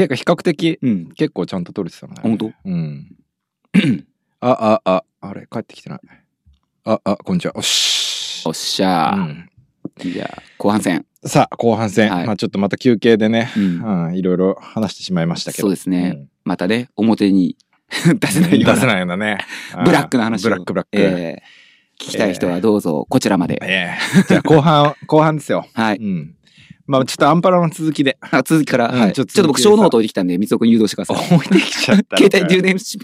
ていうか比較的うん。結構ちゃんと撮れてたのね本当うん。あ、あ、あ、あれ、帰ってきてない。あ、あ、こんにちは。おっしおっしゃうー。んじゃあ、後半戦。さあ、後半戦。はいまあちょっとまた休憩でね、うんうん、いろいろ話してしまいましたけど。そうですねん。またね、表に 出せない出 ような。せないようなね。うんブラックな話をブラック、ブラック。ええー聞きたい人はどうぞ、こちらまで。えじゃあ、後半、後半ですよ。。はいうん。まあちょっとアンパラの続きで。あ続きから、うんはいちちょっょっとと僕、小ノート置いてきたんで、水尾くん誘導してください。置いてきちゃった。 携帯充電し、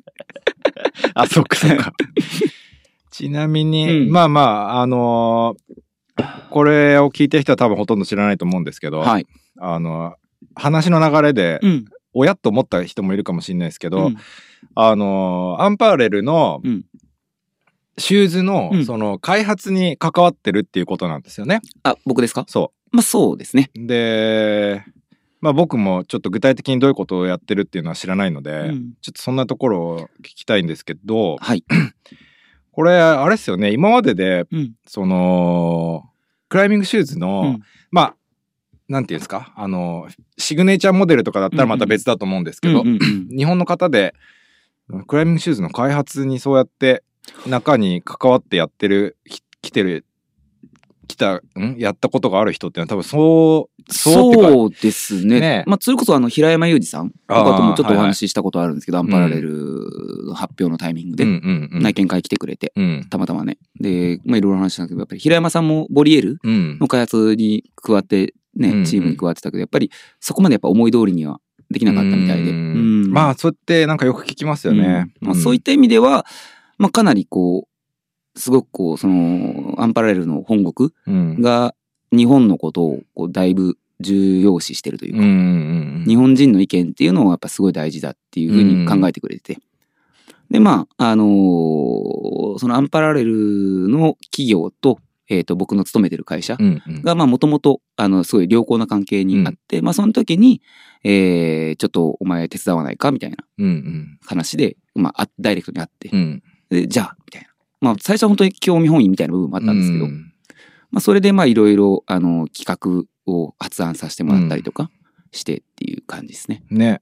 あ、そっかそっか。ちなみに、うんまあまあ、あのーこれを聞いてる人は多分ほとんど知らないと思うんですけど、はい。あの話の流れで、うん。おやっと思った人もいるかもしれないですけど、うんあのーアンパーレルのうんシューズの、うんその開発に関わってるっていうことなんですよね。あ、僕ですかそまあ、そうですね。う。で、まあ僕もちょっと具体的にどういうことをやってるっていうのは知らないので、うんちょっとそんなところを聞きたいんですけど、はい。これあれですよね今まででうん。そのクライミングシューズの、うんまあなんていうんですかあのシグネチャーモデルとかだったらまた別だと思うんですけど、うんうんうん日本の方でクライミングシューズの開発にそうやって中に関わってやってるき来てる来たんやったことがある人っていうのは多分そうそうっていうかそうですね。ねまあ、それこそあの、平山裕二さんとかともちょっとあーおはいはい話ししたことあるんですけど、アンパラレル発表のタイミングで、うんうんうん内見会来てくれて、うんたまたまね。で、まあ、いろいろ話したんですけど、やっぱり平山さんもボリエルうんの開発に加わって、うんうんね、チームに加わってたけど、やっぱりそこまでやっぱ思い通りにはできなかったみたいで。うんまあ、あそうやってなんかよく聞きますよね、うんまあ、そういった意味では、まあ、かなりこう、すごくこう、その、アンパラレルの本国うんが日本のことをこうだいぶ重要視してるといううんか、うんうん日本人の意見っていうのはやっぱすごい大事だっていうふうに考えてくれてて。で、まあ、あのーそのアンパラレルの企業と、えっ、と、僕の勤めてる会社うんうんが、まあ、もともと、あの、すごい良好な関係にあって、まあ、その時に、えーちょっとお前手伝わないかみたいなうん話で、まあ、あダイレクトにあってう、ん。で、じゃあ、みたいな。まあ、最初は本当に興味本位みたいな部分もああったんですけど、まあ、それでまあいろいろあの企画を発案させてもらったりとかしてっていう感じですね。 ね。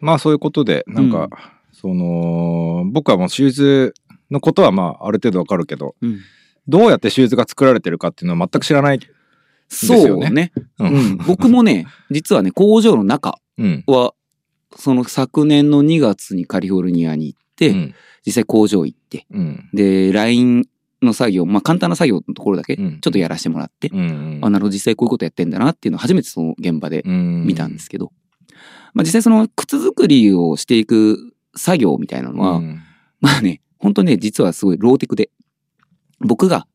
まあそういうことで、なんか、うんその、僕はもうシューズのことはまあある程度わかるけど、うんどうやってシューズが作られてるかっていうのは全く知らない。そうねううん。僕もね実はね工場の中うん。はその昨年の2月にカリフォルニアに行って、うん実際工場行ってうん。で LINE の作業まあ簡単な作業のところだけちうょんっとやらせてもらって、うん。あなるほど実際こういうことやってんだなっていうのを初めてその現場でうん。見たんですけど、まあ、実際その靴作りをしていく作業みたいなのは、うん まあね、本当ね、実はすごいローテクで、僕が、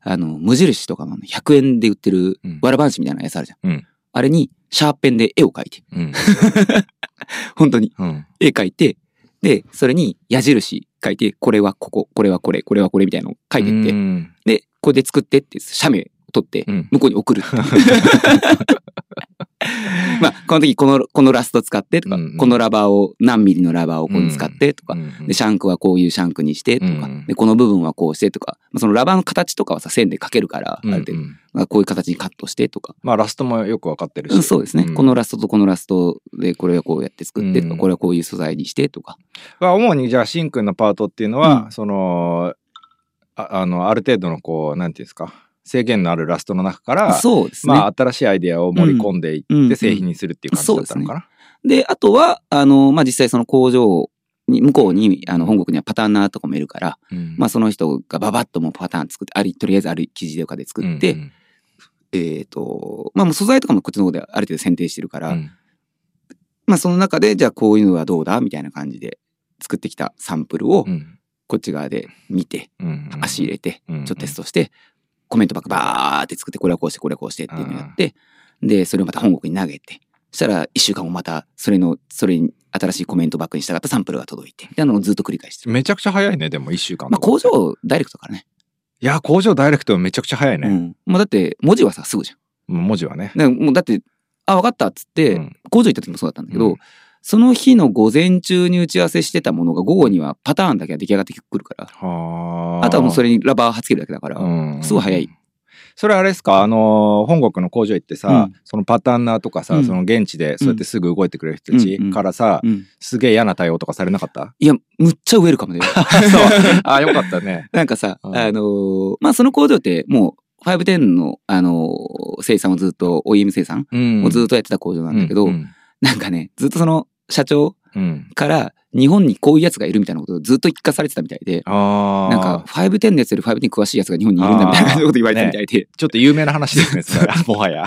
あの、無印とかの100円で売ってるうんわらばんしみたいなやつあるじゃん。うんあれに、シャーペンで絵を描いて、うん。本当にうん。絵描いて、で、それに矢印描いて、これはここ、これはこれ、これはこれみたいなのを描いてって、うんで、これで作ってって、写メ取ってう、ん。向こうに送る っていう。 まあ、この時この、このラスト使ってとか、うんうんこのラバーを、何ミリのラバーをここに使ってとか、うんで、シャンクはこういうシャンクにしてとか、うんで、この部分はこうしてとか、まあ、そのラバーの形とかはさ、線で描けるから、ある程う度んうんまあこういう形にカットしてとか、まあラストもよくわかってるうんし。そうですね、んこのラストとこのラストで、これはこうやって作ってとか、うんこれはこういう素材にしてとか。まあ、主にじゃあしんくんのパートっていうのは、うんそのああのある程度のこうなんていうんですか制限のあるラストの中から、そうですね。まあ新しいアイデアを盛り込んでいうんうっんうてん製品にするっていう感じだったのかな。で、あとは、あの、まあ、実際その工場に、向こうに、あの、本国にはパターンナーとかもいるから、うんまあ、その人がババッともうパターン作って、あり、とりあえずある生地とかで作って、うんえっと、まあ、もう素材とかもこっちの方である程度選定してるから、うんまあその中でじゃあこういうのはどうだみたいな感じで作ってきたサンプルをうんこっち側で見てうんうん足入れてうんちょっとテストしてコメントばっかバーって作ってこれはこうしてこれはこうしてっていうのをやってでそれをまた本国に投げてそしたら1週間後またそれのそれに新しいコメントばっかに従ったサンプルが届いてみたいなのをずっと繰り返してる。めちゃくちゃ早いねでも1週間まあとか工場ダイレクトからね。いや工場ダイレクトめちゃくちゃ早いね、うん。もうだって文字はさすぐじゃん。文字はね。だからもうだって、あ、わかったっつって、うん工場行った時もそうだったんだけど、うんその日の午前中に打ち合わせしてたものが午後にはパターンだけが出来上がってくるから、はあとはもうそれれにラバーはっつけるだけだから、すごい早い。それあれですかあのー本国の工場行ってさ、うんそのパターンナーとかさ、うんその現地でそうやってすぐ動いてくれる人たちうんからさ、うんすげえ嫌な対応とかされなか ったいや、むっちゃウェルカムだよ。 あよかった ね。なんかさ、うんあのーまあ、その工場って、もう、510の、あのー生産をずっと、OEM 生産うんをずっとやってた工場なんだけど、うんなんかね、ずっとその、社長うんから、日本にこういうやつがいるみたいなことをずっと聞かされてたみたいで、あなんか、510のやつより510詳しいやつが日本にいるんだみたいなあーこと言われてたみたいで、ちょっと有名な話ですね、それ もはや。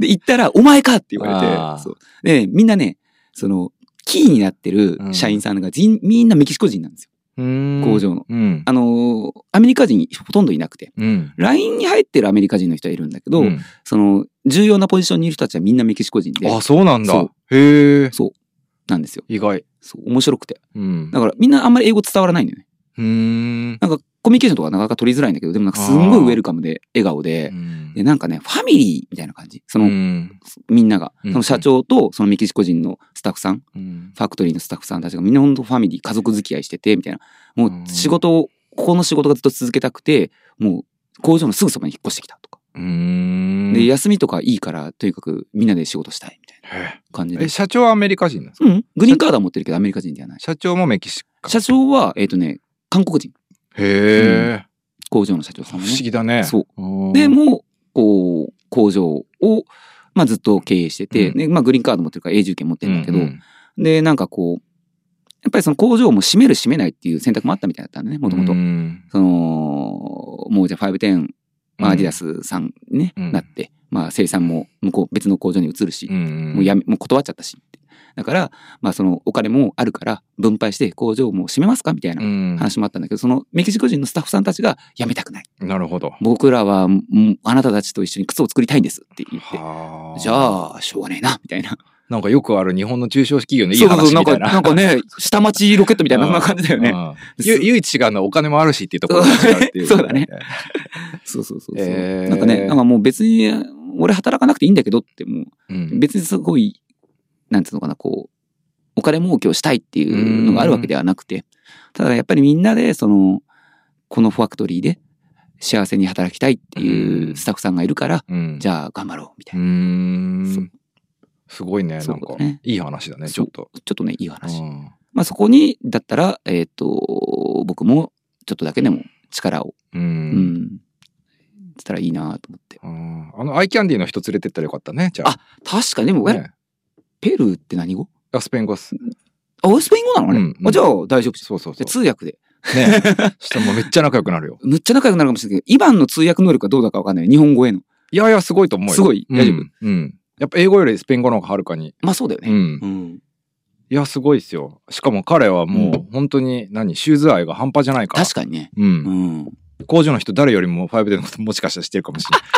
で、行ったら、お前かって言わあれーて、そう。でね、みんなね、その、キーになってる社員さんがじん、みんなメキシコ人なんですよ。工工。場の。うん。あのーアメリカ人ほとんどいなくて。うん。 LINE に入ってるアメリカ人の人はいるんだけど、うんその、重要なポジションにいる人たちはみんなメキシコ人で、あ、そうなんだそう。へえ。そう。なんですよ。意外。そう、面白くて。うん。だからみんなあんまり英語伝わらないんだよね。うーん。なんかコミュニケーションとかなかなか取りづらいんだけど、でもなんかすんごいウェルカムで、笑顔で、で、なんかね、ファミリーみたいな感じ。その、うんみんなが、うそんの社長とそのメキシコ人のスタッフさん、うんファクトリーのスタッフさんたちがみんな本当ファミリー、家族付き合いしてて、みたいな。もうんう仕事を、ここの仕事がずっと続けたくて、もう工場のすぐそばに引っ越してきたとか。うーん。で、休みとかいいから、とにかくみんなで仕事したいみたいなへ感じえでえ、。社長はアメリカ人なんですかうん。グリーンカードは持ってるけどアメリカ人ではない。社長もメキシカ。社長は、えっ、とね、韓国人。へえ。工場の社長不さん思ね。議だね。そううで、もう、こう、工場を、まあずっと経営してて、うんで、まあグリーンカード持ってるから永住権持ってるんだけど、うんで、なんかこう、やっぱりその工場も閉める閉めないっていう選択もあったみたいだったんだね、もともと。うんその、もうじゃあ510、まあアディダスさんね、うんなって、まあ生産も向こう別の工場に移るし、うんもうやめ、もう断っちゃったしって。だから、まあそのお金もあるから分配して工場も閉めますかみたいなうん話もあったんだけど、そのメキシコ人のスタッフさんたちが辞めたくない。なるほど。僕らはうんあなたたちと一緒に靴を作りたいんですって言って。はじゃあ、しょうがねえな、みたいな。なんかよくある日本の中小企業のいいそうそう話そうみたいなんか、なんかね、下町ロケットみたいな、うんそんな感じだよね。うんゆ唯一違うのはお金もあるしっていうところが違うっていう。そうだね。そうそうそうそう。えーなんかね、なんかもう別に、俺働かなくていいんだけどって、もうんう、 別にすごい、なんつうのかな、こう、お金儲けをしたいっていうのがあるわけではなくて、ただやっぱりみんなで、その、このファクトリーで幸せに働きたいっていうんうスタッフさんがいるから、うんじゃあ頑張ろう、みたういな。ーそん。すごいね、なんそかうだね。いい話だね、ちそょうっと。ちょっとね、いい話。うんまあそこに、だったら、えっ、と、僕もちょっとだけでも力を、う。うんん、したらいいなと思って。うんあの、アイキャンディーの人連れてったらよかったね、じゃあ。確かに、でも、えねペルーって何語あ、スペイン語っす。あ、スペイン語なのあれ、うんうんあじゃあ大丈夫です。そうそうそで通訳で。う。ね そしたらもうめっちゃ仲良くなるよ。むっちゃ仲良くなるかもしれないけど、イバンの通訳能力はどうだかわかんない。日本語への。いやいや、すごいと思うよ。すごいうん大丈夫うん。やっぱ英語よりスペイン語の方がはるかに。まあそうだようね。んう。ん。いや、すごいですよ。しかも彼はもう本当に、何、シューズ愛が半端じゃないから。確かにね。う。うんん。工場の人誰よりも5 0のこともしかしたら知ってるかもしれない。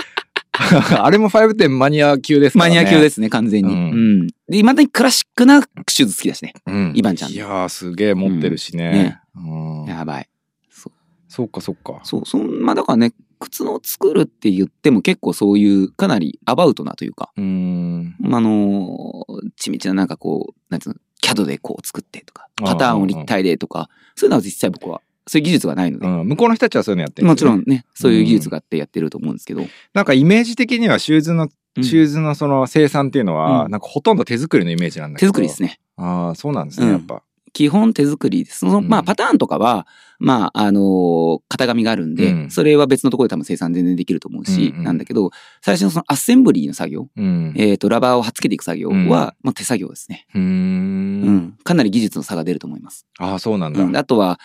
あれも5 0マニア級ですからマね。。ニア級ですすね、完全に。ううんん。で、いまだにクラシックなシューズ好きだしね。うん。イバンちゃんいやー、すげえ持ってるしね。うんやばい。そう。そっかそっか。そう、そんまあだからね、靴の作るって言っても結構そういうかなりアバウトなというか、うーん。あのー、地道ななんかこう、なんつうの、キャドでこう作ってとか、パターンを立体でとか、そういうのは実際僕は、そういう技術がないのうで、ん、向こうの人たちはそういうのやってるもちろん。んね、そういう技術があってやってると思うんですけど、なんかイメージ的にはシューズの、うんシューズのその生産っていうのは、うんなんかほとんど手作りのイメージなんだけ手ど。作りですね。ね。ああ、そうなんですね、うんやっぱ。基本手作りです。その、うんまあ、パターンとかは、まあ、あのー型紙があるんで、うんそれは別のところで多分生産全然できると思うし、うんうんなんだけど、最初のそのアッセンブリーの作業、うん。えっ、と、ラバーをはっつけていく作業は、うんまあ、手作業ですね。うーんう。ん。かなり技術の差が出ると思います。ああ、そうなんだ。うん、あとは、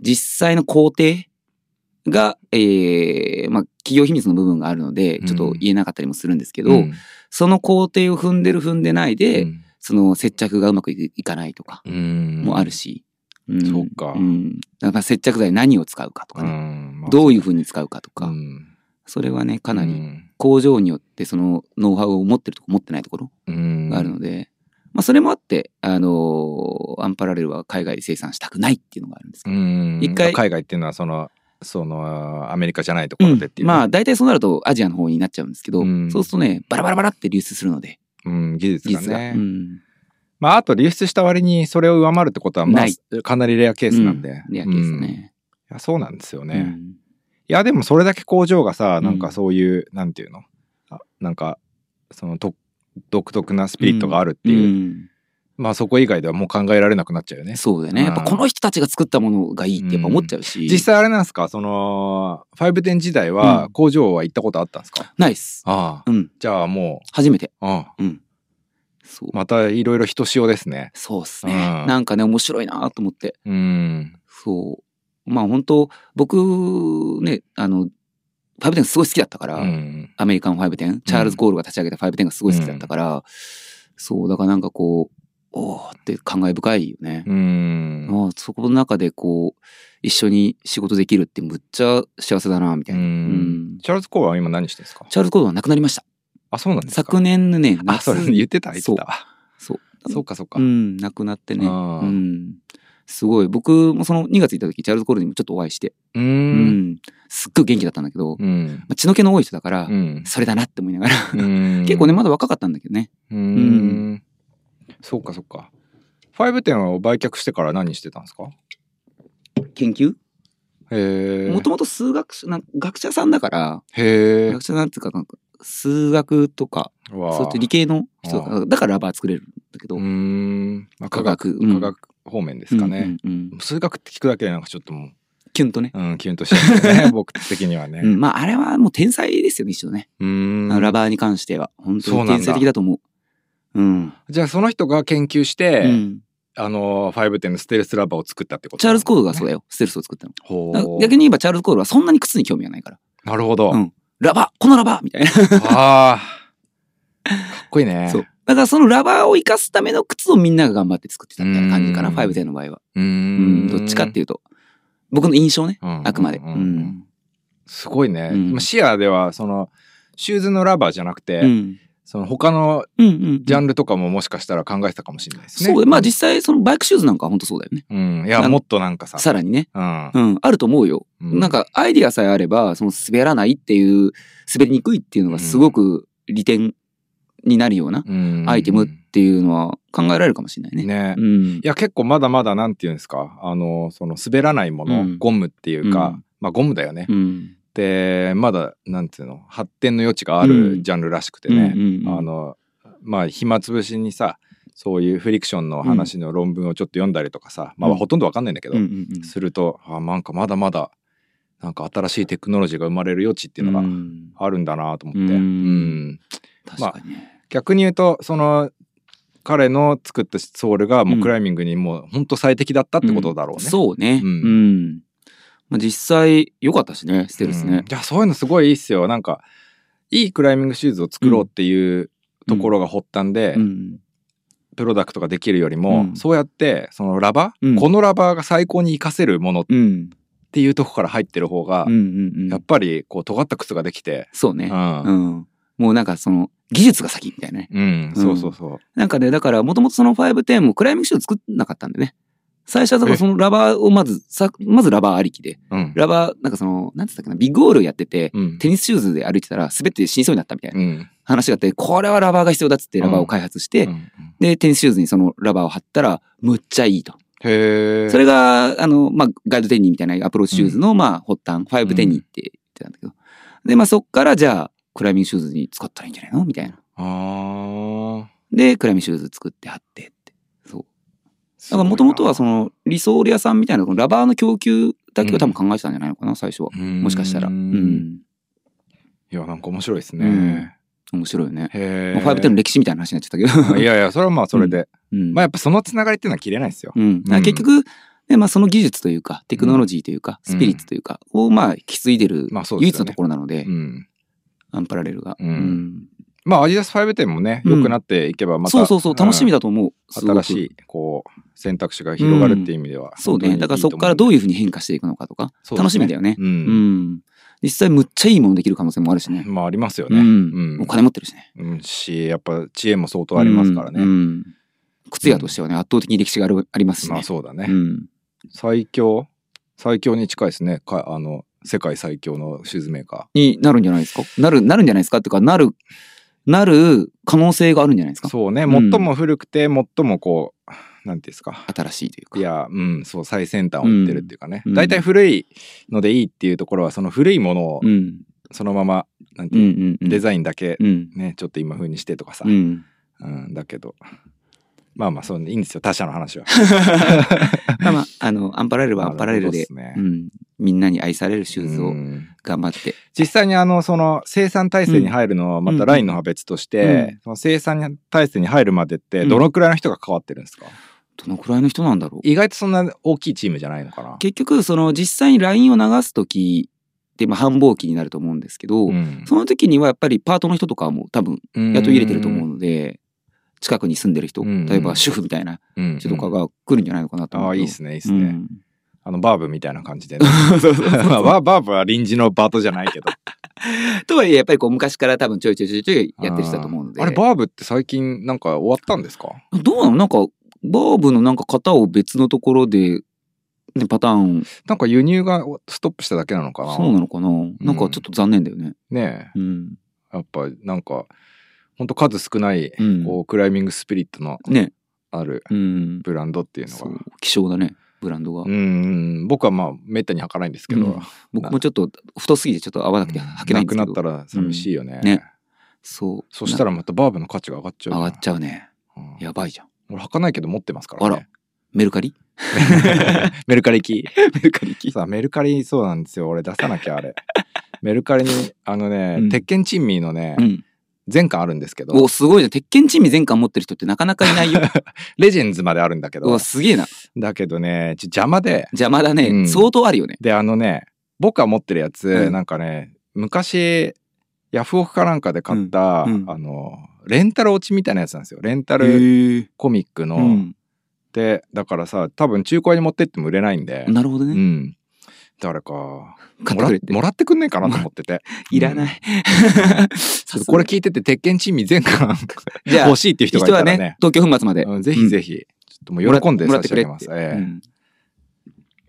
実際の工程が、ええまあ、企業秘密の部分があるので、ちょっと言えなかったりもするんですけど、うんその工程を踏んでる踏んでないで、うんその接着がうまくいかないとかうん。もあるし、うんそうかうん。だから接着剤何を使うかとうかね、ん。まあどういうふうに使うかとか、うんそれはね、かなうりん工場によってそのノウハウを持ってるとこ持ってないところうん。があるので、まあ、それもあって、あのーアンパラレルは海外で生産したくないっていうのがあるんですけど、うん。一回海外っていうのは、その、その、アメリカじゃないところでっていう。まあ大体そうなるとアジアの方になっちゃうんですけど、うんそうするとねバラバラバラって流出するのでうん、技術技が術が、ねう。ん、まあ、あと流出した割にそれを上回るってことは、まないあ、かなりレアケースなんで。うんレアケースうんいね,やそうなんですようん、ね。いいやでもそれだけ工場がさんなんかそういう、なんていうのあなんかそのと独特なスピリットがあるっていう、んまあそこ以外ではもう考えられなくなっちゃうよね。そうだよね。やっぱこの人たちが作ったものがいいってやっぱ思っちゃうし。実際あれなんですかその510時代うはん工場は行ったことあったんですか、ないっす。ああうん。じゃあも初めて。う、ああうん。そう。またいろいろひとしおですね。そうっすね。うんなんかね、面白いなと思って。うん。そう。まあ本当僕ね、あの、510すごい好きだったから、うんアメリカン510、チャールズ・ゴールが立ち上げた510がすごい好きだったから、そう、だからなんかこう、おーって感慨深いよね。うんまあそこの中でこう、一緒に仕事できるってむっちゃ幸せだな、みたういな。んチャールズ・コールは今何してるんですかチャールズ・ゴールは亡くなりました。あそうなんですか昨年のね、あそ夏れ言ってた言ってたそう。そうかそうか、うん、亡くなってね。あうーん。すごい。僕もその2月行った時、チャールズ・コールにもちょっとお会いして、ううんん。すっごい元気だったんだけど、まうんあ血の気の多い人だからう、んそれだなって思いながら。うん結構ね、まだ若かったんだけどね。うーんうんそうかそうか510を売却してから何してたんですか研究へえもともと数学者、なん学者さんだから、へえ学者なんていうか、なんか数学とか、そういった理系の人だから、だからラバー作れるんだけどうー、ん、まあ、科科学学、科う学,、ん方面ですかね、。うんうんうん数学って聞くだけでなんかちょっともキュンとね。う、うん、キュンとしちゃうよ ね僕的にはねうん、まあ、あれはもう天才ですよね、一応ね。うーんあのラバーに関しては。本当そうなんにだ天才的だと思う。うん。じゃあその人が研究して、うんあの510のステルスラバーを作ったってことチャールズ・コールがそうだだよ。ステルスを作ったの。ほだからう逆に言えばチャールズ・コールはそんなに靴に興味がないから。なるほど、うんラバーこのラバーみたいな。あーかっこいいねそう。だからそのラバーを生かすための靴をみんなが頑張って作ってたみたいな感じかな、うん510の場合は。うーうんん、どっちかっていうと。僕の印象ね。うんあくまで。ううんうんうんん。すごいね、うんまあシアーではそのシューズのラバーじゃなくて、うん。その他のうんうん。ジャンルとかももしかしたら考えてたかもしれないですね。そう、まあ実際そのバイクシューズなんかは本当そうだよね。うん、いやなんもっとなんかささらにね。うんうん、あると思うよ。うん、なんかアイディアさえあれば、その滑らないっていう、滑りにくいっていうのがすごく利点になるようなっうんアイテムていうのは考えられるかもしれないね。ね、ういん。や結構まだまだなんていうんですかあのその滑らないもの、うんゴムっていうか、うんまあゴムだよね、うん。でまだなんていうの発展の余地があるジャンルらしくてね、うんあのまあ暇つぶしにさそういうフリクションの話の論文をちょっと読んだりとかさ、まあうんほとんどわかんないんだけど、うんうんうんするとあなんかまだまだなんか新しいテクノロジーが生まれる余地っていうのうがんあるんだなと思って、ううんん確かにね。逆に言うとその彼の作ったソールがもううんクライミングにもう本当最適だったってことだろうね。そうね。ううんん。まあ実際良かったしね、ステルスうんね。いやそういうのすごいいいっすよなんかいいクライミングシューズを作ろうっていうところが発端で、うん。プロダクトができるよりも、うんそうやってそのラバー、うんこのラバーが最高に活かせるものっうん。ていうとこから入ってる方が、うんうんうんやっぱりこう尖った靴ができて、そううね。んう、ん。もうなんかその、技術が先みたいなね。うん、そうそうそう。なんかね、だから、もともとその510もクライミングシューズ作んなかったんでね。最初はだからそのラバーをまず、さまずラバーありきで。うん。ラバー、なんかその、なんつったっけな、ビッグオールやってて、うん。テニスシューズで歩いてたら滑って死にそうになったみたいなうん。話があって、これはラバーが必要だっつってラバーを開発して、うんで、テニスシューズにそのラバーを貼ったら、むっちゃいいと。へえ。それが、あの、まあ、ガイドテニーみたいなアプローチシューズの、まあ、発端、5テニーって言ってたんだけど。で、まあ、そっから、じゃあ、クライミングシューズに使ったらいいんじゃないのみたいな。ああ。で、クライミングシューズ作って貼ってって。そう。すだごいからなもともとはそのリソール屋さんみたいなこのラバーの供給だけを多分考えてたんじゃないのかな、最初は。うんもしかしたら。ういん。や、なんか面白いですうね。面白いよね。へまえ。あ、510の歴史みたいな話になっちゃったけど。いやいや、それはまあそれで。 うん。まあやっぱそのつながりっていうのは切れないですよ。うん、だから結局、ねまあ、その技術というか、テクノロジーというか、うんスピリッツというか、をまあ、引き継いでるまあそう唯で一すよねのところなので、うん。アンパラレルが。うんまあアディダス510もね、良くなっていけばうんまた。そうそうそう、楽しみだ。だと思う。すご新くしい、こう、選択肢が広がるっていう意味では。そうね。だからそこからどういうふうに変化していくのかとか、そうですね楽しみだよね。う。うんん。実際、むっちゃいいものできる可能性もあるしね。まあありますようね。ん。うんお金持ってるしね。うん。し、やっぱ知恵も相当ありますからうんうね。ん靴屋としてはね、圧倒的に歴史があるありますし、ね。まあそうだねう。ん。最強最強に近いですねかあの世界最強のシューズメーカになるんじゃないですかなる、なるんじゃないですかっていうか、なる、なる可能性があるんじゃないですーかそうね、うん最も古くて最もこうなんていうんですか新しいというか。いやうんそう最先端を言ってるっていうかね、うん大体古いのでいいっていうところはその古いものをうん。そのまま、なんてうんういうんうん。デザインだけうん。ねちょっと今風にしてとかさ、うん。うん、だけどまあまあそういいんですよ他者の話は。まあまあ、あの、アンパラレルはアンパラレルなるでほ、どっすねうん。みんなに愛されるシューズうをん頑張って。実際にあのその生産体制に入るのはまうんたラインの派別として、うその生産体制に入るまでってうんどのくらいの人が関わってるんですか、どのくらいの人なんだろう。意外とそんな大きいチームじゃないのかな。結局、その実際に LINE を流すときって、まあ、繁忙期になると思うんですけど、うんその時にはやっぱりパートの人とかも多分雇い入れてると思うので、近くに住んでる人、うん例えば主婦みたいなうん。うん人とかが来るんじゃないのかなと思あうあいけど。いっすねいいっすうね。んあのバーブみたいな感じで、ね。 そうそうそうまあ ババーブは臨時のバートじゃないけど。とはいえ、やっぱりこう昔から多分ちょいちょいちょいちょい やってる人だと思うので。あーあれバーブって最近なんか終わったんですか？どうなのなんか、バーブのなんか型を別のところで、ね、パターン、なんか輸入がストップしただけなのかな。そうなのかな、なんかちょっと残念だよね。ねうん。えやっぱなんか本当数少ない、うんこうクライミングスピリットのね。あるうん。ブランドっていうのが。そう。希少だね、ブランドが。うんうん僕はまあめったに履かないんですけど、うん僕もちょっと太すぎてちょっと合わなくて履けないんですけど。なくなったら寂しいよね,、うんねそう。そしたららまたバーブの価値が上がっちゃう上よがっちゃうね。うんやばいじゃん。俺履かないけど持ってますからねメルカリメルカリキ メルカリ機さ あメルカリ そうなんですよ俺出さなきゃあれ メルカリにあのね、うん鉄拳珍味のね、うん。全巻あるんですけどお、すごいじゃん。鉄拳チーム全巻持ってる人ってなかなかいないよ。レジェンズまであるんだけうどわ、すげえな。だけどねちょ邪魔で邪魔だね。うん相当あるよね。であのね僕が持ってるやつ、うんなんかね昔ヤフオクかなんかで買った、うんうんあのレンタル落ちみたいなやつなんですよレンタあルコミックの、うん。でだからさ多分中古屋に持ってっても売れないんで、なるほどうね。ん、誰か買っもらてくっれて。もらってくんねえかなと思ってて いらない。ちょっとここれれ、聞いてて鉄拳珍味全巻 じゃあ欲しいっていう人がい人たらねはね、東京粉末まで。うんぜひぜひ、ちょっともう喜んでも差らっして上くげれってます、ええうん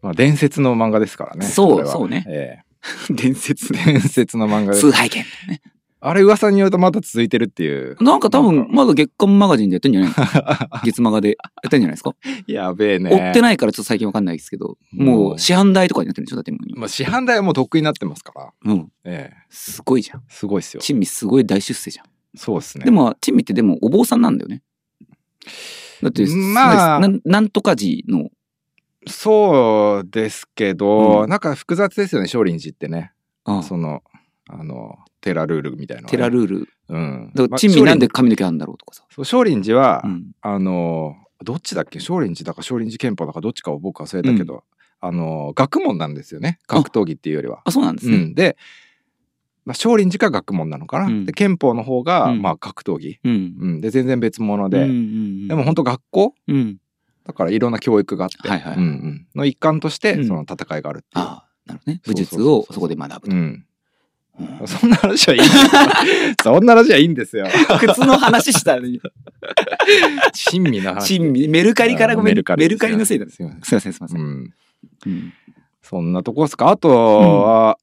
まあ、伝説の漫画ですからねそうこれはそうねえ 伝説え伝説の漫画です崇拝券。あれ噂によるとまだ続いてるっていうなんか多なん、分まだ月刊マガジンでやってんじ ゃないの月マガでやってんじゃないですかやべえね追ってないからちょっと最近わかんないですけど、ももうう市販代とかになってるんでしょだってもまあ、市販代はもうとっくになってますから、う。うん。ええ、すごいじゃん。すごいっすよ珍味すごい大出世じゃん。そうですねでも、珍味ってでもお坊さんなんだよね。だって、まあなんなんとか寺の、そうですけど、うんなんか複雑ですよね少林寺ってねああそのあのテラルールみたいなのがね、テラルール。うんまだからあ珍味なんで少林髪の毛あるんだろうとかさ。そう少林寺は、うん。あのどっちだっけ少林寺だか少林寺拳法だかどっちかを僕は忘れたけど、あの学問なんですよね格闘技っていうよりは。あ、そうなんですうね。ん、で、まあ、少林寺が学問なのかな、うんで拳法の方が、うんまあ、格闘技、うん。うん、で全然別物で、うんうんうんでも本当学校うん。だからいろんな教育があって、はいはいうんうん、の一環としてうんその戦いがあるっていう。ああ、なるほどね。そうそ武う術そうそうをそこで学ぶうと。ん、うんそんな話はいいんですよ そんな話はいいんですよ。靴の話したのに。親身な話。珍味、メルカリからごめん。メルカリですよのせいだね。すいませんすいません、すいませ。うんん、うんそんなとこですかあとは、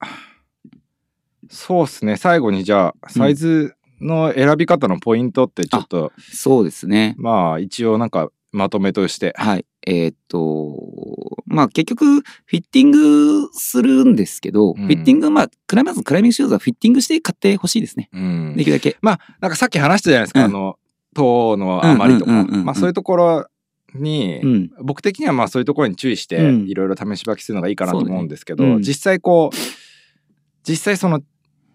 そうっすね最後にじゃあサイズの選び方のポイントってちょっと、そうですね。まあ一応なんかまとめとしてはい。えーっと、まあ結局、フィッティングするんですけど、んフィッティング、まあ、クライマーズクライミングシューズはフィッティングして買ってほしいですね。うんできるだけ。まあなんかさっき話したじゃないですか、うんあの糖の余りとか、うんうんうんうんまあそういうところに、うん。僕的にはまあそういうところに注意してうんいろいろ試し履きするのがいいかなとそうだね思うんですけど、うん実際こう実際その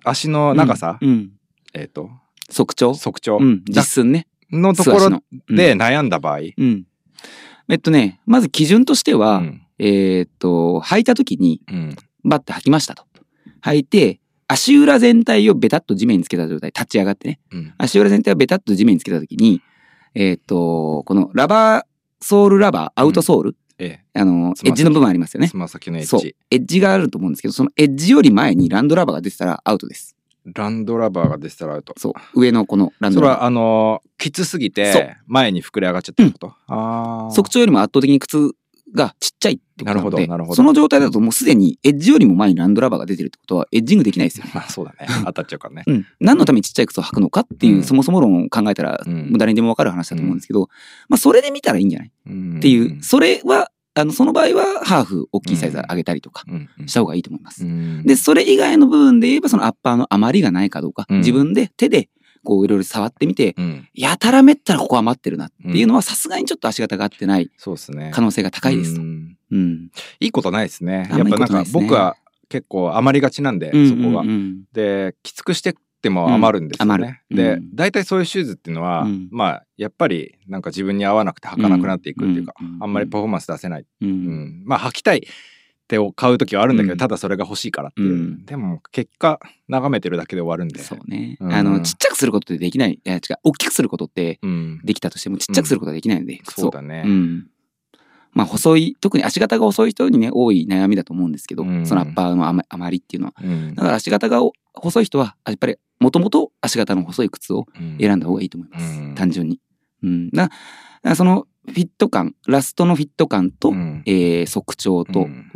足の長さ、うん。えっ、と速調速長うん。実寸ね。のとこ素足ろのうんで悩んだ場合、うん。えっとね、まず基準としてうは、んえーっと、履いた時に、うんバッて履きましたと。履いて、足裏全体をベタっと地面につけた状態、立ち上がってね。うん足裏全体をベタっと地面につけたときに、えーっ、と、このラバー、ソールラバー、アウトソール、えあの、つま先エッジの部分ありますよえねつ。ま先のエッそうジ。エッジがあると思うんですけど、そのエッジより前にランドラバーが出てたらアウトです。ランドラバーが出てたらアウトそう。上のこのランそドれラバはあのーきつすぎそうて前に膨れ上がっちゃったこと、ああー。速調よりも圧倒的に靴がちっちゃいってことなるなのでほどなるほどその状態だともうすでにエッジよりも前にランドラバーが出てるってことはエッジングできないですよ。まあそうだね。当たっちゃうからね。うん、何のためにちっちゃい靴を履くのかっていう、うんそもそも論を考えたら、うんもう誰にでも分かる話だと思うんですけど、まあそれで見たらいいんじゃないっっていう、それはあのその場合はハーフ大きいサイズ上げたりとかうんうんした方がいいと思います。うんでそれ以外の部分で言えばそのアッパーの余りがないかどうか、うん自分で手でこういろいろ触ってみてうんやたらめったらここ余ってるなっていうのはさすがにちょっと足型が合ってないそうですね。可能性が高いですと。うんうん。いいことないですね。あやんっまいいぱこなんとないかですね僕は結構余りがちなんで、そこがうんう。んで、きつくしてっても余るんですよね。うんで余るうん、大体そういうシューズっていうのはうん、まあ、やっぱりなんか自分に合わなくて履かなくなっていくっていうかうんうんう、んあんまりパフォーマンス出せない。うんううんんまあ、履きたい。手を買う時はあるんだけうど、んただそれが欲しいからっていうう。んでも、結果、眺めてるだけで終わるんで。そうね。うんあのちっちゃくすることでできないいや違う大きくすることってうん。できたとしてもちっちゃくすることはできないので、靴をそうだね。うん。まあ細い、特に足型が細い人にね、多い悩みだと思うんですけど、うんそのアッパーの余余りっていうのは。うんだから足型がお細い人は、やっぱりもともと足型の細い靴を選んだ方がいいと思います。うん単純に。うん。だだからそのフィット感、ラストのフィット感と、うんえー、測長と、うん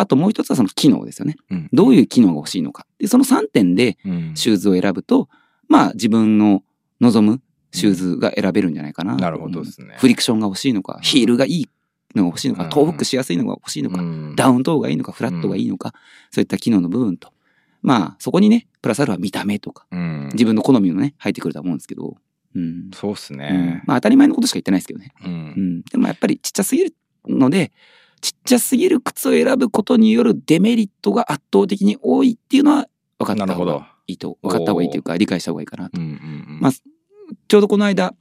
あともう一つはその機能ですよね。うんどういう機能が欲しいのか。で、その3点でうんシューズを選ぶと、まあ自分の望むシューズが選べるんじゃないかなとな思るいまほす。どですね。フリクションが欲しいのか、ヒールがいいのが欲しいのうか、んトーフックしやすいのが欲しいのか、うんダウントーがいいのか、フラットがいいのか、そういった機能の部分と。まあ、そこにね、プラスアルファ見た目とか、うん自分の好みのね、入ってくるとは思うんですけど、うん。そうっすうんね。まあ、当たり前のことしか言ってないですけどね。ううんん。でもやっぱりちっちゃすぎるので、ちっちゃすぎる靴を選ぶことによるデメリットが圧倒的に多いっていうのは分かったなる方ほどがいいと、分かった方がいいというか、理解した方がいいかなとうんうんまあちょうどこの間、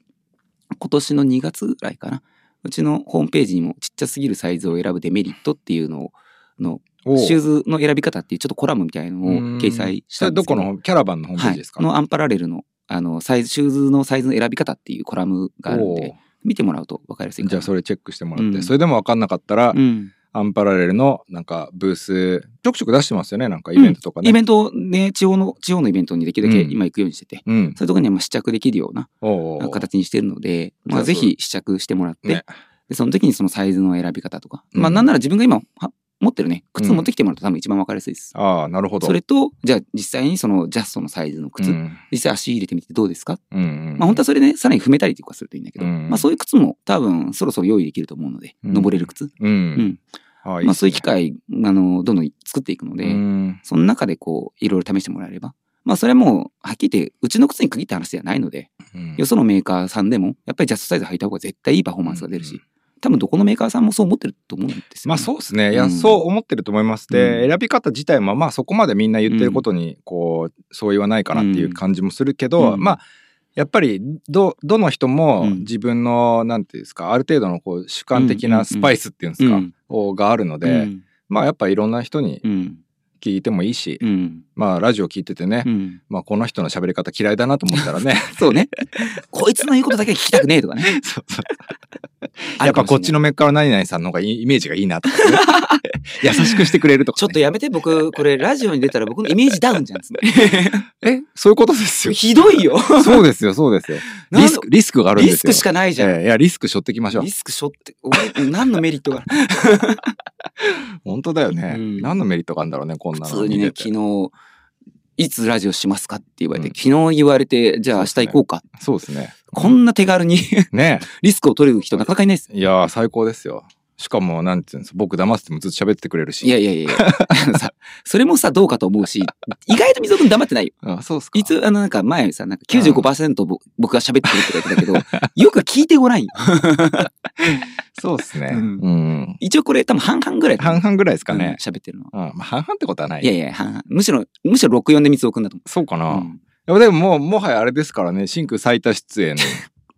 今年の2月ぐらいかな、うちのホームページにもちっちゃすぎるサイズを選ぶデメリットっていうのを、のおうシューズの選び方っていうちょっとコラムみたいなのをうん掲載したんですけそど。れどこのキャラバンのホームページですかはい、のアンパラレルの、あの、サイズ、シューズのサイズの選び方っていうコラムがあるんで、お見てもらうと分かりやすいうかじゃな。あそれチェックしてもらっうて、んそれでも分かんなかったらう、ん。アンパラレルのなんかブース、ちょくちょく出してますよね、なんかイベントとかね。イベントをね、地方の、地方のイベントにできるだけうん今行くようにしてて、うん。そういうところにはまあ試着できるようなおうおう形にしてるので、まじゃああぜひ試着してもらって、ねで、その時にそのサイズの選び方とか。うんまあ、なんなら自分が今は持ってるね、靴うん持ってきてもらうと多分一番わかりやすいです。ああ、なるほど。それと、じゃあ実際にそのジャストのサイズの靴、うん実際足入れてみてどうですか、うんうんまあ、本当はそれね、さらに踏めたりとかするといいんだけど、うんまあ、そういう靴も多分そろそろ用意できると思うので、うん登れる靴。ううんん。ああいいっすねまあ、そういう機会、あの、どんどん作っていくので、うんその中でこう、いろいろ試してもらえれば。まあ、それはもう、はっきり言って、うちの靴に限った話ではないので、うんよそのメーカーさんでも、やっぱりジャストサイズ履いた方が絶対いいパフォーマンスが出るし、多分どこのメーカーさんもそう思ってると思うんですよ、まあそうですね。いや、うんそう思ってると思います。で、うん選び方自体も、まあそこまでみんな言ってることに、こう、そう言わないかなっていう感じもするけど、うんまあ、やっぱりどどの人もうん自分の、なんていうんですかある程度のこう主観的なスパイスっていうんですか、うんをがあるので、うんまあやっぱいろんな人にうん聞いてもいいし、うんまあラジオ聞いててね、うんまあこの人の喋り方嫌いだなと思ったらね そうね。こいつの言うことだけは聞きたくねえとか ね。そうそうやあっるぱかもこっしれないちのメッカの何々さんの方がいいイメージがいいなとかね、 優しくしてくれるとか、ちょっとやめて、僕、これ、ラジオに出たら僕のイメージダウンじ ゃんっつって。えそういうことですよひどいよ。 そうですよ、そうですよ。なんリスク、リスクがあるんリでスすよ。クしかないじゃん。ええいや、リスク背負っていきましょうリ。スクしょって、お前、何のメリット がある本当だよね。うん何のメリットがあるんだろうね、こんな普の通に見ねて、て昨日、いつラジオしますかって言われて、うん昨日言われて、じゃあ明日行こうか。そうですね。 こんな手軽に ねリスクを取る人なかなかいないです。いやー、最高ですよ。しかも、なんていうんです僕騙してもずっと喋ってくれるし。いやいやいやいやあのさ、それもさ、どうかと思うし、意外と溝君黙っ てないよ。あ、そうっすか。いつ、あの、なんか前さ、なんか95%ぼ、僕が喋ってるって 言ってたけど、よく聞いてごらんよ。そうっすね。ううんん。一応これ多分半々ぐらいだと半思う。々ぐらいですかうんね。喋ってるのは。うん。まあ、半々ってことはない。いやいや、半々。むしろ、むしろ64で三つくんだとそうかな。思う。いやでも、もう、もはやあれですからね、真空最多出演っ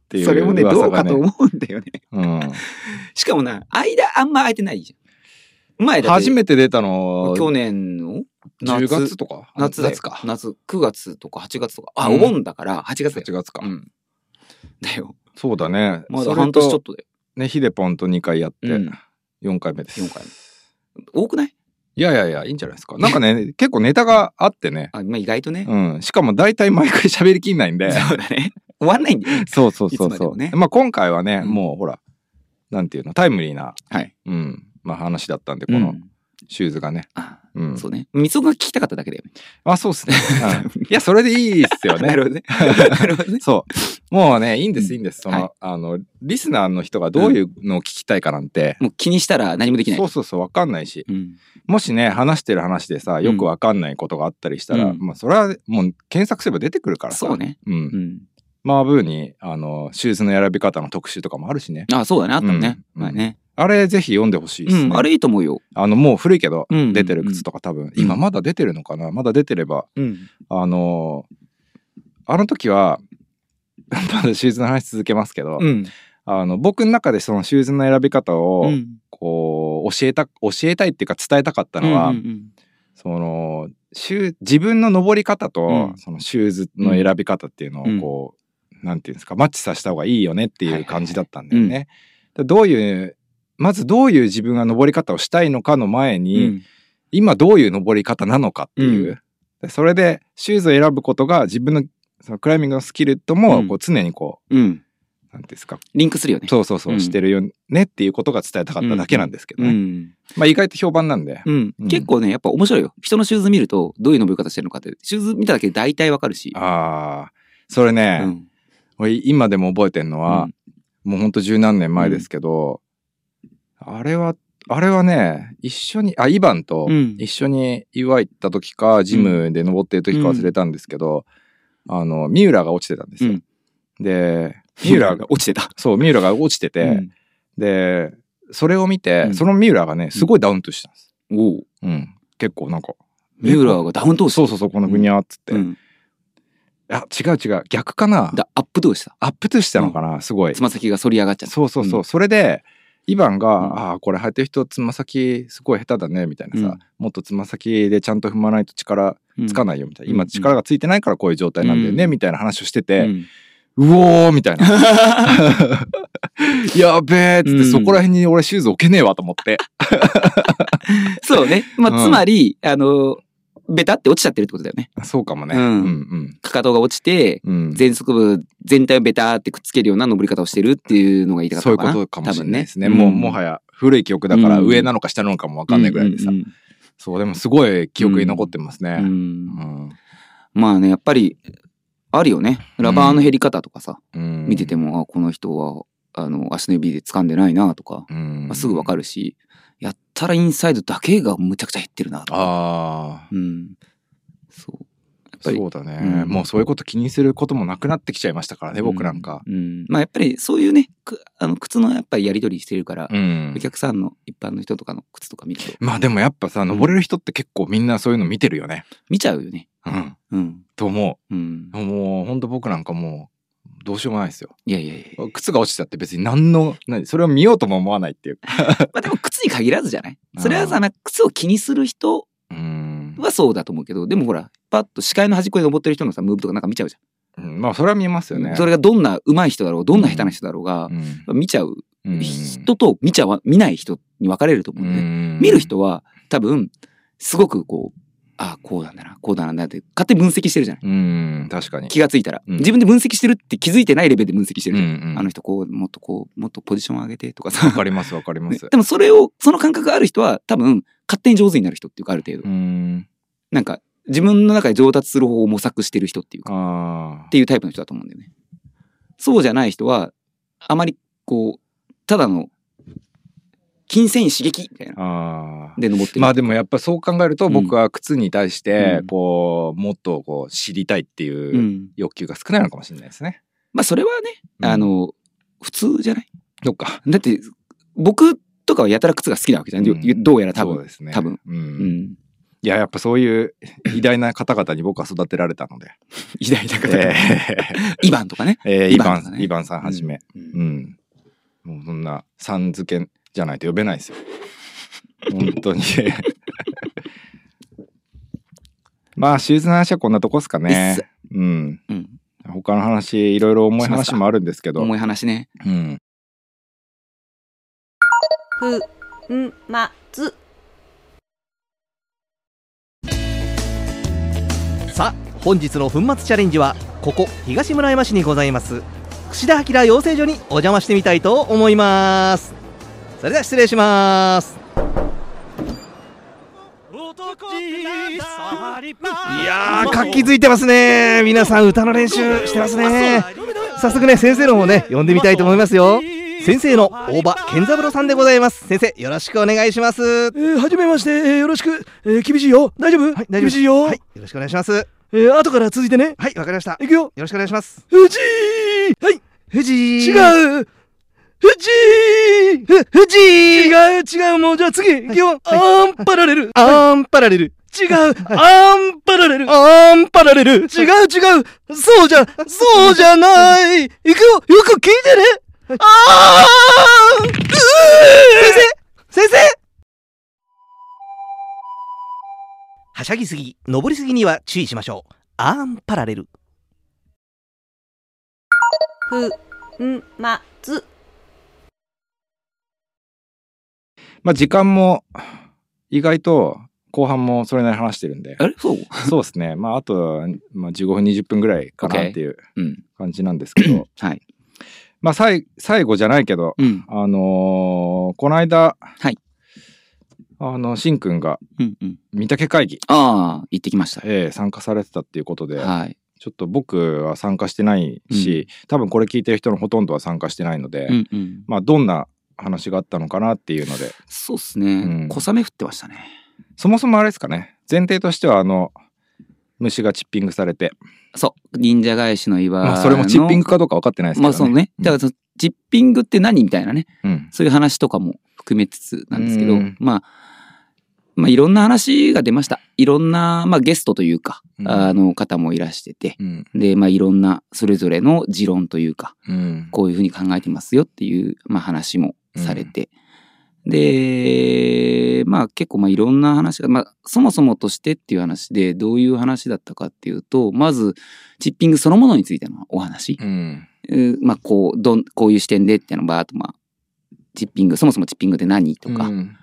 てういんうそれもね、ど噂うがかねと思うんだよね。うん。しかもな、間あんま空いてないじゃん。前だって初めて出たの、去年の10夏月とか夏だよ夏か。夏、9月とか8月とか。あ、うおん盆だから8月だよ。 8月か。うん。だよ。そうだね。まそだれ半と年ちょっとだよ。ね、ヒデポンと2回やってうん、 4回目です。 4回多くないいやいやいや、いいんじゃないですか。なんかね、結構ネタがあってね。あ、まあ意外とね。うん。しかも大体毎回喋りきんないんで。そうだね。終わんないんだよ。 そうそうそういつまでそう。もねまあ今回はね、うんもうほら、なんていうのタイムリーな、はいうんまあ、話だったんでこうのんシューズがね、あうんそうね。みそが聞きたかっただけだよね。あそうっすね、 うんいやそれでいいっすよ なねるほどね。なるほどね。そうもうねいいんですいいんですその、はあのリスナーの人がどういうのを聞きたいかなんて、もう気にしたら何もできない。そうそうそう分かんないしうん。もしね話してる話でさよく分かんないことがあったりしたら、うんまあ、それはもう検索すれば出てくるからさそう、ね。うんうん。マーブーにあのシューズの選び方の特集とかもあるしねあ、そうだね。あったね。うんはいね。あれぜひ読んでほしいですうね、ん。あれいいと思うよ。あのもう古いけどうん出てる靴とか多分、今まだ出てるのかなまだ出てればうん。あのーあの時はまだシューズの話続けますけど、うん。あの僕の中でそのシューズの選び方を、うん。こう教えた教えたいっていうか伝えたかったのは、うんうんそのシュー自分の登り方と、うんそのシューズの選び方っていうのをうんこう、なんていうんですかマッチさせた方がいいよねってはいいはういはい感じだったんだよね。だどういうまずどういう自分が登り方をしたいのかの前うに、ん。今どういう登り方なのかっていうう、でそれでシューズを選ぶことが自分のそのクライミングのスキルとうもんこう常にこう、うん。なんていうんですかリンクするよね。そうそうそううんしてるよねっていうことが伝えたかっただけなんですけどね、うん。まあ意外と評判なんで、うんうん結構ね、やっぱ面白いよ。人のシューズ見ると、どういう登り方してるのかって、シューズ見ただけで大体わかるし。ああそれね、うん。俺今でも覚えてんのは、もうほんと十何年前ですけど、あれはあれはね一緒にあイバンとうん一緒に岩行った時かジムで登ってる時か忘れたんですけど、あの三浦が落ちてたんですよ。うんで三ミュー浦ラーがが落ちてた。そう三浦が落ちてて、うんでそれを見て、うんその三浦がねすごいダウンとしたんです。おううん、結構なんかミューラーがダウン投資そうそうそうこのぐにゃーっつって、うんあ違う違う逆かなだアップどうしたアップトゥしたのかな、すごいつま先が反り上がっちゃった。そうそうそう、うんそれでイバンがうん「ああこれ履いてる人つま先すごい下手だね」みたいなさ、もっとつま先でちゃんと踏まないと力うんつかないよみたいな、うん今力がついてないからこういう状態なんだよね、うんみたいな話をしてうてん「うおー」みたい な「やべえ」っつって、うんそこら辺に俺シューズ置けねえわと思ってそ うね。まあ、うんつまり、あの、ベタって落ちちゃってるってことだよね。そうかもね、ううんん、うんかかとが落ちて、うん全足部全体をベタってくっつけるような登り方をしてるっていうのが言いたかっそういたうかなことかもしれないですね多分もうもはや古い記憶だからうん上なのか下なのかも分かんないぐらいでさ、うんうんそうでもすごい記憶に残ってますうんうね、んうんまあね、やっぱり、あるよね。ラバーの減り方とかさ、うん見てても、あ、この人は、あの、足の指で掴んでないなとか、うんまあ、すぐわかるし、やったらインサイドだけがむちゃくちゃ減ってるなとか。ああうん。そう。やっぱりそうだね、うんもうそういうこと気にすることもなくなってきちゃいましたからね、僕なんかうん。うんまあやっぱりそういうね、くあの靴のやっぱりやり取りしてるから、うんお客さんの一般の人とかの靴とか見ると、まあでもやっぱさ登れる人って結構みんなそういうの見てるよね見ちゃうよね。うんうん。と思うんう。もうほんと僕なんかもうどうしようもないですよいやいやいや。靴が落ちちゃって別に何の何それを見ようとも思わないっていうまあでも靴に限らずじゃないあーそれはさ、なんか靴を気にする人うんはそうだと思うけど、でもほら、パッと視界の端っこに登ってる人のさ、ムーブとかなんか見ちゃうじうんまあそれは見えますゃよん。ねそれがどんな上手い人だろう、どんな下手な人だろうが、うん見ちゃううん人と見ちゃわ、見ない人に分かれると思うんだよね。うん見る人は多分すごくこうああこうなんだなこうだなんだって勝手に分析してるじゃないうん確かに気がついたら、うん自分で分析してるって気づいてないレベルで分析してるじゃん、うんうんあの人こうもっとこうもっとポジション上げてとかさわかりますわかります でもそれをその感覚がある人は多分勝手に上手になる人っていうかある程う度、んなんか自分の中で上達する方法を模索してる人っていうかあっあていうタイプの人だと思うんだよねそうじゃない人はあまりこうただの金銭刺激みたいなああで登ってる、まあでもやっぱそう考えるとうん僕は靴に対してうんこうもっとこう知りたいってう、いうん欲求が少ないのかもしれないですね。まあそれはねあの、普通じゃないどっかだって、僕とかはやたら靴が好きなわけじゃん。うんどうやら多そう分。ですね多分うんうん。いややっぱそういう偉大な方々に僕は育てられたの で偉大な方えが。イバンとかね。ーえーイイババンさんンねイバンさんはじめうんうんもうそんなさん付けじゃないと呼べない ですよ本当にまあシューズの話はこんなとこっすかいいっねすうんうん。他の話いろいろ重い話もあるんですけど重い話ね。うん、ふんまつさあ本日の粉末チャレンジはここ東村山市にございます串田明養成所にお邪魔してみたいと思いますそれでは失礼しますいやー活気づいてますね皆さん歌の練習してますね早速ね先生の方ね呼んでみたいと思いますよ先生の大場健三郎さんでございます先生よろしくお願いしますえー、はじめまして、えーよろしく、えー厳しいよ大丈夫、はい大丈夫で厳すしいよ、はいよろしくお願いしますえー後から続いてねはいわかりましたよいくよろしくお願いします藤井はい藤井違う藤井ふ藤井違う違うもうじゃあ次いくよ、アンパラレルアンパラレル違う、アンパラレルアンパラレル違う違うそうじゃそうじゃないいくよよく聞いてねあーうー先生はしゃぎすぎ登りすぎには注意しましょうアーンパラレルふんまつまあ時間も意外と後半もそれなりに話してるんであれそうそうですねまああと、まあ、15分20分ぐらいかな OK っていううん。感じなんですけど はい。まあさい最後じゃないけどうん。あのーこの間、はいあのしんくんがうんうん。 「見たけ会議ああ、行ってきました」。ええ参加されてたっていうことで、はい。ちょっと僕は参加してないし、多分これ聞いてる人のほとんどは参加してないので、うんうん。まあどんな話があったのかなっていうのでそうっすうんね。小雨降ってましたね。そもそもあれですかね前提としてはあの虫がチッピングされて、そう。忍者返しの岩の。まあ、それもチッピングかどうか分かってないですけど、ね、まあそうね。だからその、チッピングって何みたいなね。うんそういう話とかも含めつつなんですけうどん、まあ、まあいろんな話が出ました。いろんな、まあゲストというか、うんあの方もいらしてて、うんで、まあいろんなそれぞれの持論というか、うんこういうふうに考えてますよっていう、まあ、話もされて、でまあ結構まあいろんな話が、まあ、そもそもとしてっていう話でどういう話だったかっていうとまずチッピングそのものについてのお話、うんえーまあこうどんこういう視点でっていうのをバーッとまあチッピングそもそもチッピングって何とか、うん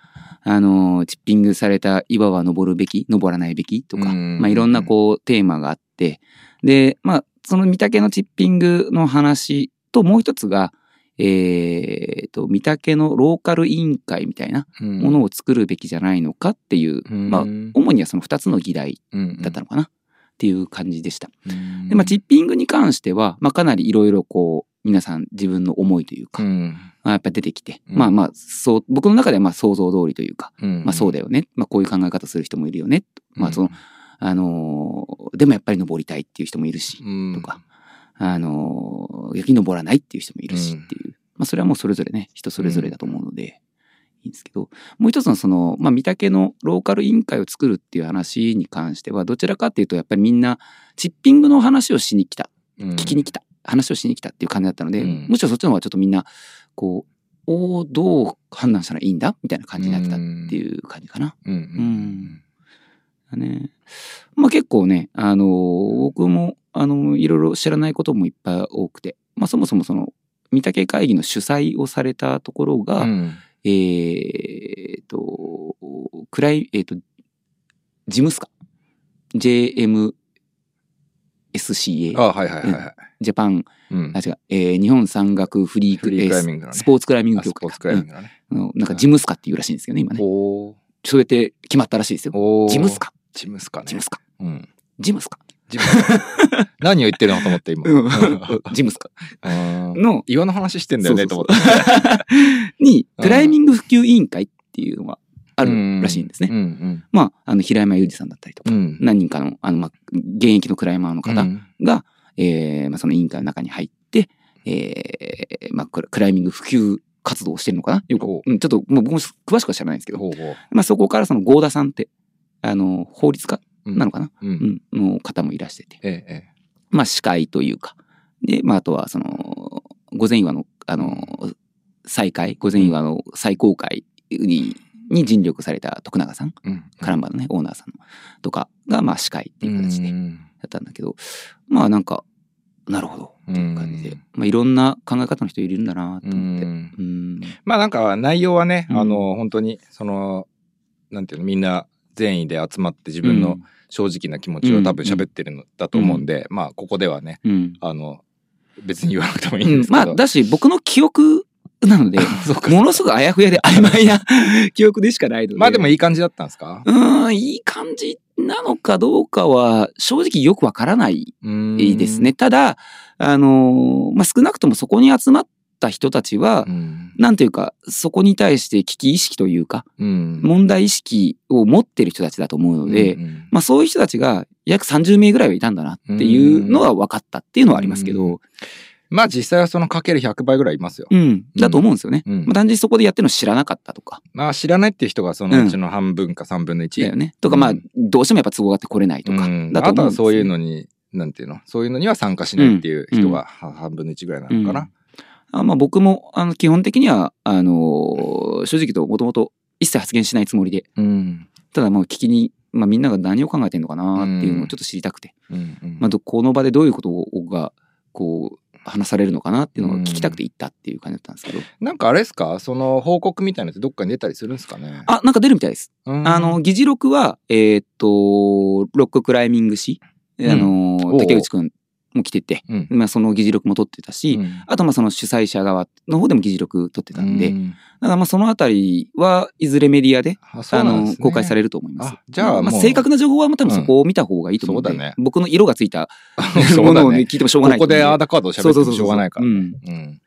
あのチッピングされた岩は登るべき登らないべきとか、うんまあ、いろんなこうテーマがあってでまあその御嶽のチッピングの話ともう一つがえー、と御嶽のローカル委員会みたいなうんものを作るべきじゃないのかっていう、うんまあうん主にはその2つの議題だったのかなっていう感じでした。でまあ、チッピングに関しては、まあ、かなりいろいろこう皆さん自分の思いというか、うんまあやっぱ出てきて、うんまあまあそう僕の中ではまあ想像通りというかうんまあそうだよね。まあこういう考え方する人もいるよね。まあその、あのーでもやっぱり登りたいっていう人もいるし、うんとか、あのー逆に登らないっていう人もいるしうんっていう。まあそれはもうそれぞれね、人それぞれだと思うので、いいんですけど、もう一つのその、まあ見けのローカル委員会を作るっていう話に関しては、どちらかっていうとやっぱりみんな、チッピングの話をしに来た、うん聞きに来た、話をしに来たっていう感じだったので、うんむしろそっちの方がちょっとみんな、こう、おーどう判断したらいいんだみたいな感じになってたっていう感じかな。うんうんね。まあ結構ね、あのー僕も、あのーいろいろ知らないこともいっぱい多くて、まあそもそもその、御嶽会議の主催をされたところうが、んえーっと、クライ、えーっと、ジムスカ。JMSCA。ジあはいはいはいはいャパン、うんあ、違う、えー日本山岳フリークフリークライミンえグのーねスポーツクライミングあ協スポ会ーかツクライミングだねうんあのなんかジムスカっていうらしいんですけどね、今ね。おーそれって決まったらしいですよ。おージムスカ。ジムスかねジムスカ。うんジムスカ。ジムス カ何を言ってるのと思って今 うんジムスカ。あーの、岩の話してんだよねとそ思っうてそうそうに、クライミング普及委員会っていうのがあるらしいんですね。うんまあ、あの、平山裕二さんだったりとうか、んうん何人かの、あの、まあ、現役のクライマーのう方んが、えーまあ、その委員会の中に入って、えーまあ、クラクライミング普及活動をしてるのかなよく、ほうんちょっと、もう僕も詳しくは知らないんですけど、ほうほうまあ、そこからその合田さんって、あの、法律家うんなのかな、うんうん、の方もいらしてて、えええまあ、司会というか。で、まあ、あとは、その、午前岩の、あの、再開、午前岩の最高会に、に尽力された徳永さん、えうんカランバのね、オーナーさんの、とかが、まあ、司会っていう形でうだんったんだけど、まあ、なんか、なるほど、っていう感じうでん、まあ、いろんな考え方の人いるんだな、とう思っんて。うん。まあなんか内容はねうんあの本当にそのなんていうのみんな善意で集まって自分の正直な気持ちを多分喋ってるのだと思うんでまあここではねうん、あの別に言わなくてもいうん。いんですけどまあ、だし、僕の記憶 なので、ものすごくあやふやで曖昧な 記憶でしかないので。まあでもいい感じだったんですかうーん、いい感じなのかどうかは、正直よくわからないいいですね。。ただ、あのーまあ、少なくともそこに集まった人たちはう、ん。なんというか、そこに対して危機意識というか、うん問題意識を持ってる人たちだと思うので、うんまあそういう人たちが約30名ぐらいはいたんだなっていうのは分かったっていうのはありますけど、まあ実際はそのかける100倍ぐらいいますよ。うん、だと思うんですよね。うんまあ単純にそこでやってるの知らなかったとか、まあ知らないっていう人がそのうちの半分か3分のだ1よ。ね。とかまあうん、どうしてもやっぱ都合があって来れないとかう、んだとあと思うんはですよそういうのに、なんていうのそういうのには参加しないっていう人がは半分の1ぐらいなのかな。あまあ僕も、あの、基本的には、あのー正直言うともともと一切発言しないつもりで、うん。ただもう聞きに、まあみんなが何を考えてんのかなっていうのをちょっと知りたくて、うんうんまあどこの場でどういうことが、こう、話されるのかなっていうのを聞きたくて行ったっていう感じだったんですけど、なんかあれですかその報告みたいなのってどっかに出たりするんですかねあ、なんか出るみたいです。うんあの、議事録は、えーっと、ロッククライミング誌、んあおうのおー、う竹内くんも来てて、うんまあその議事録も取ってたし、うんあとまあその主催者側の方でも議事録取ってたんで、うだからまあそのあたりはいずれメディアで、あそうあなんのですね公開されると思いますあ。じゃあまあもう正確な情報は多分そこを見た方がいいと思うのうで、んそうだね僕の色がついた そもうだのを、ねね。聞いてもしょうこがないとこ思うんでああだかード喋そっうてそうそもうしょうがないからう。ん、うん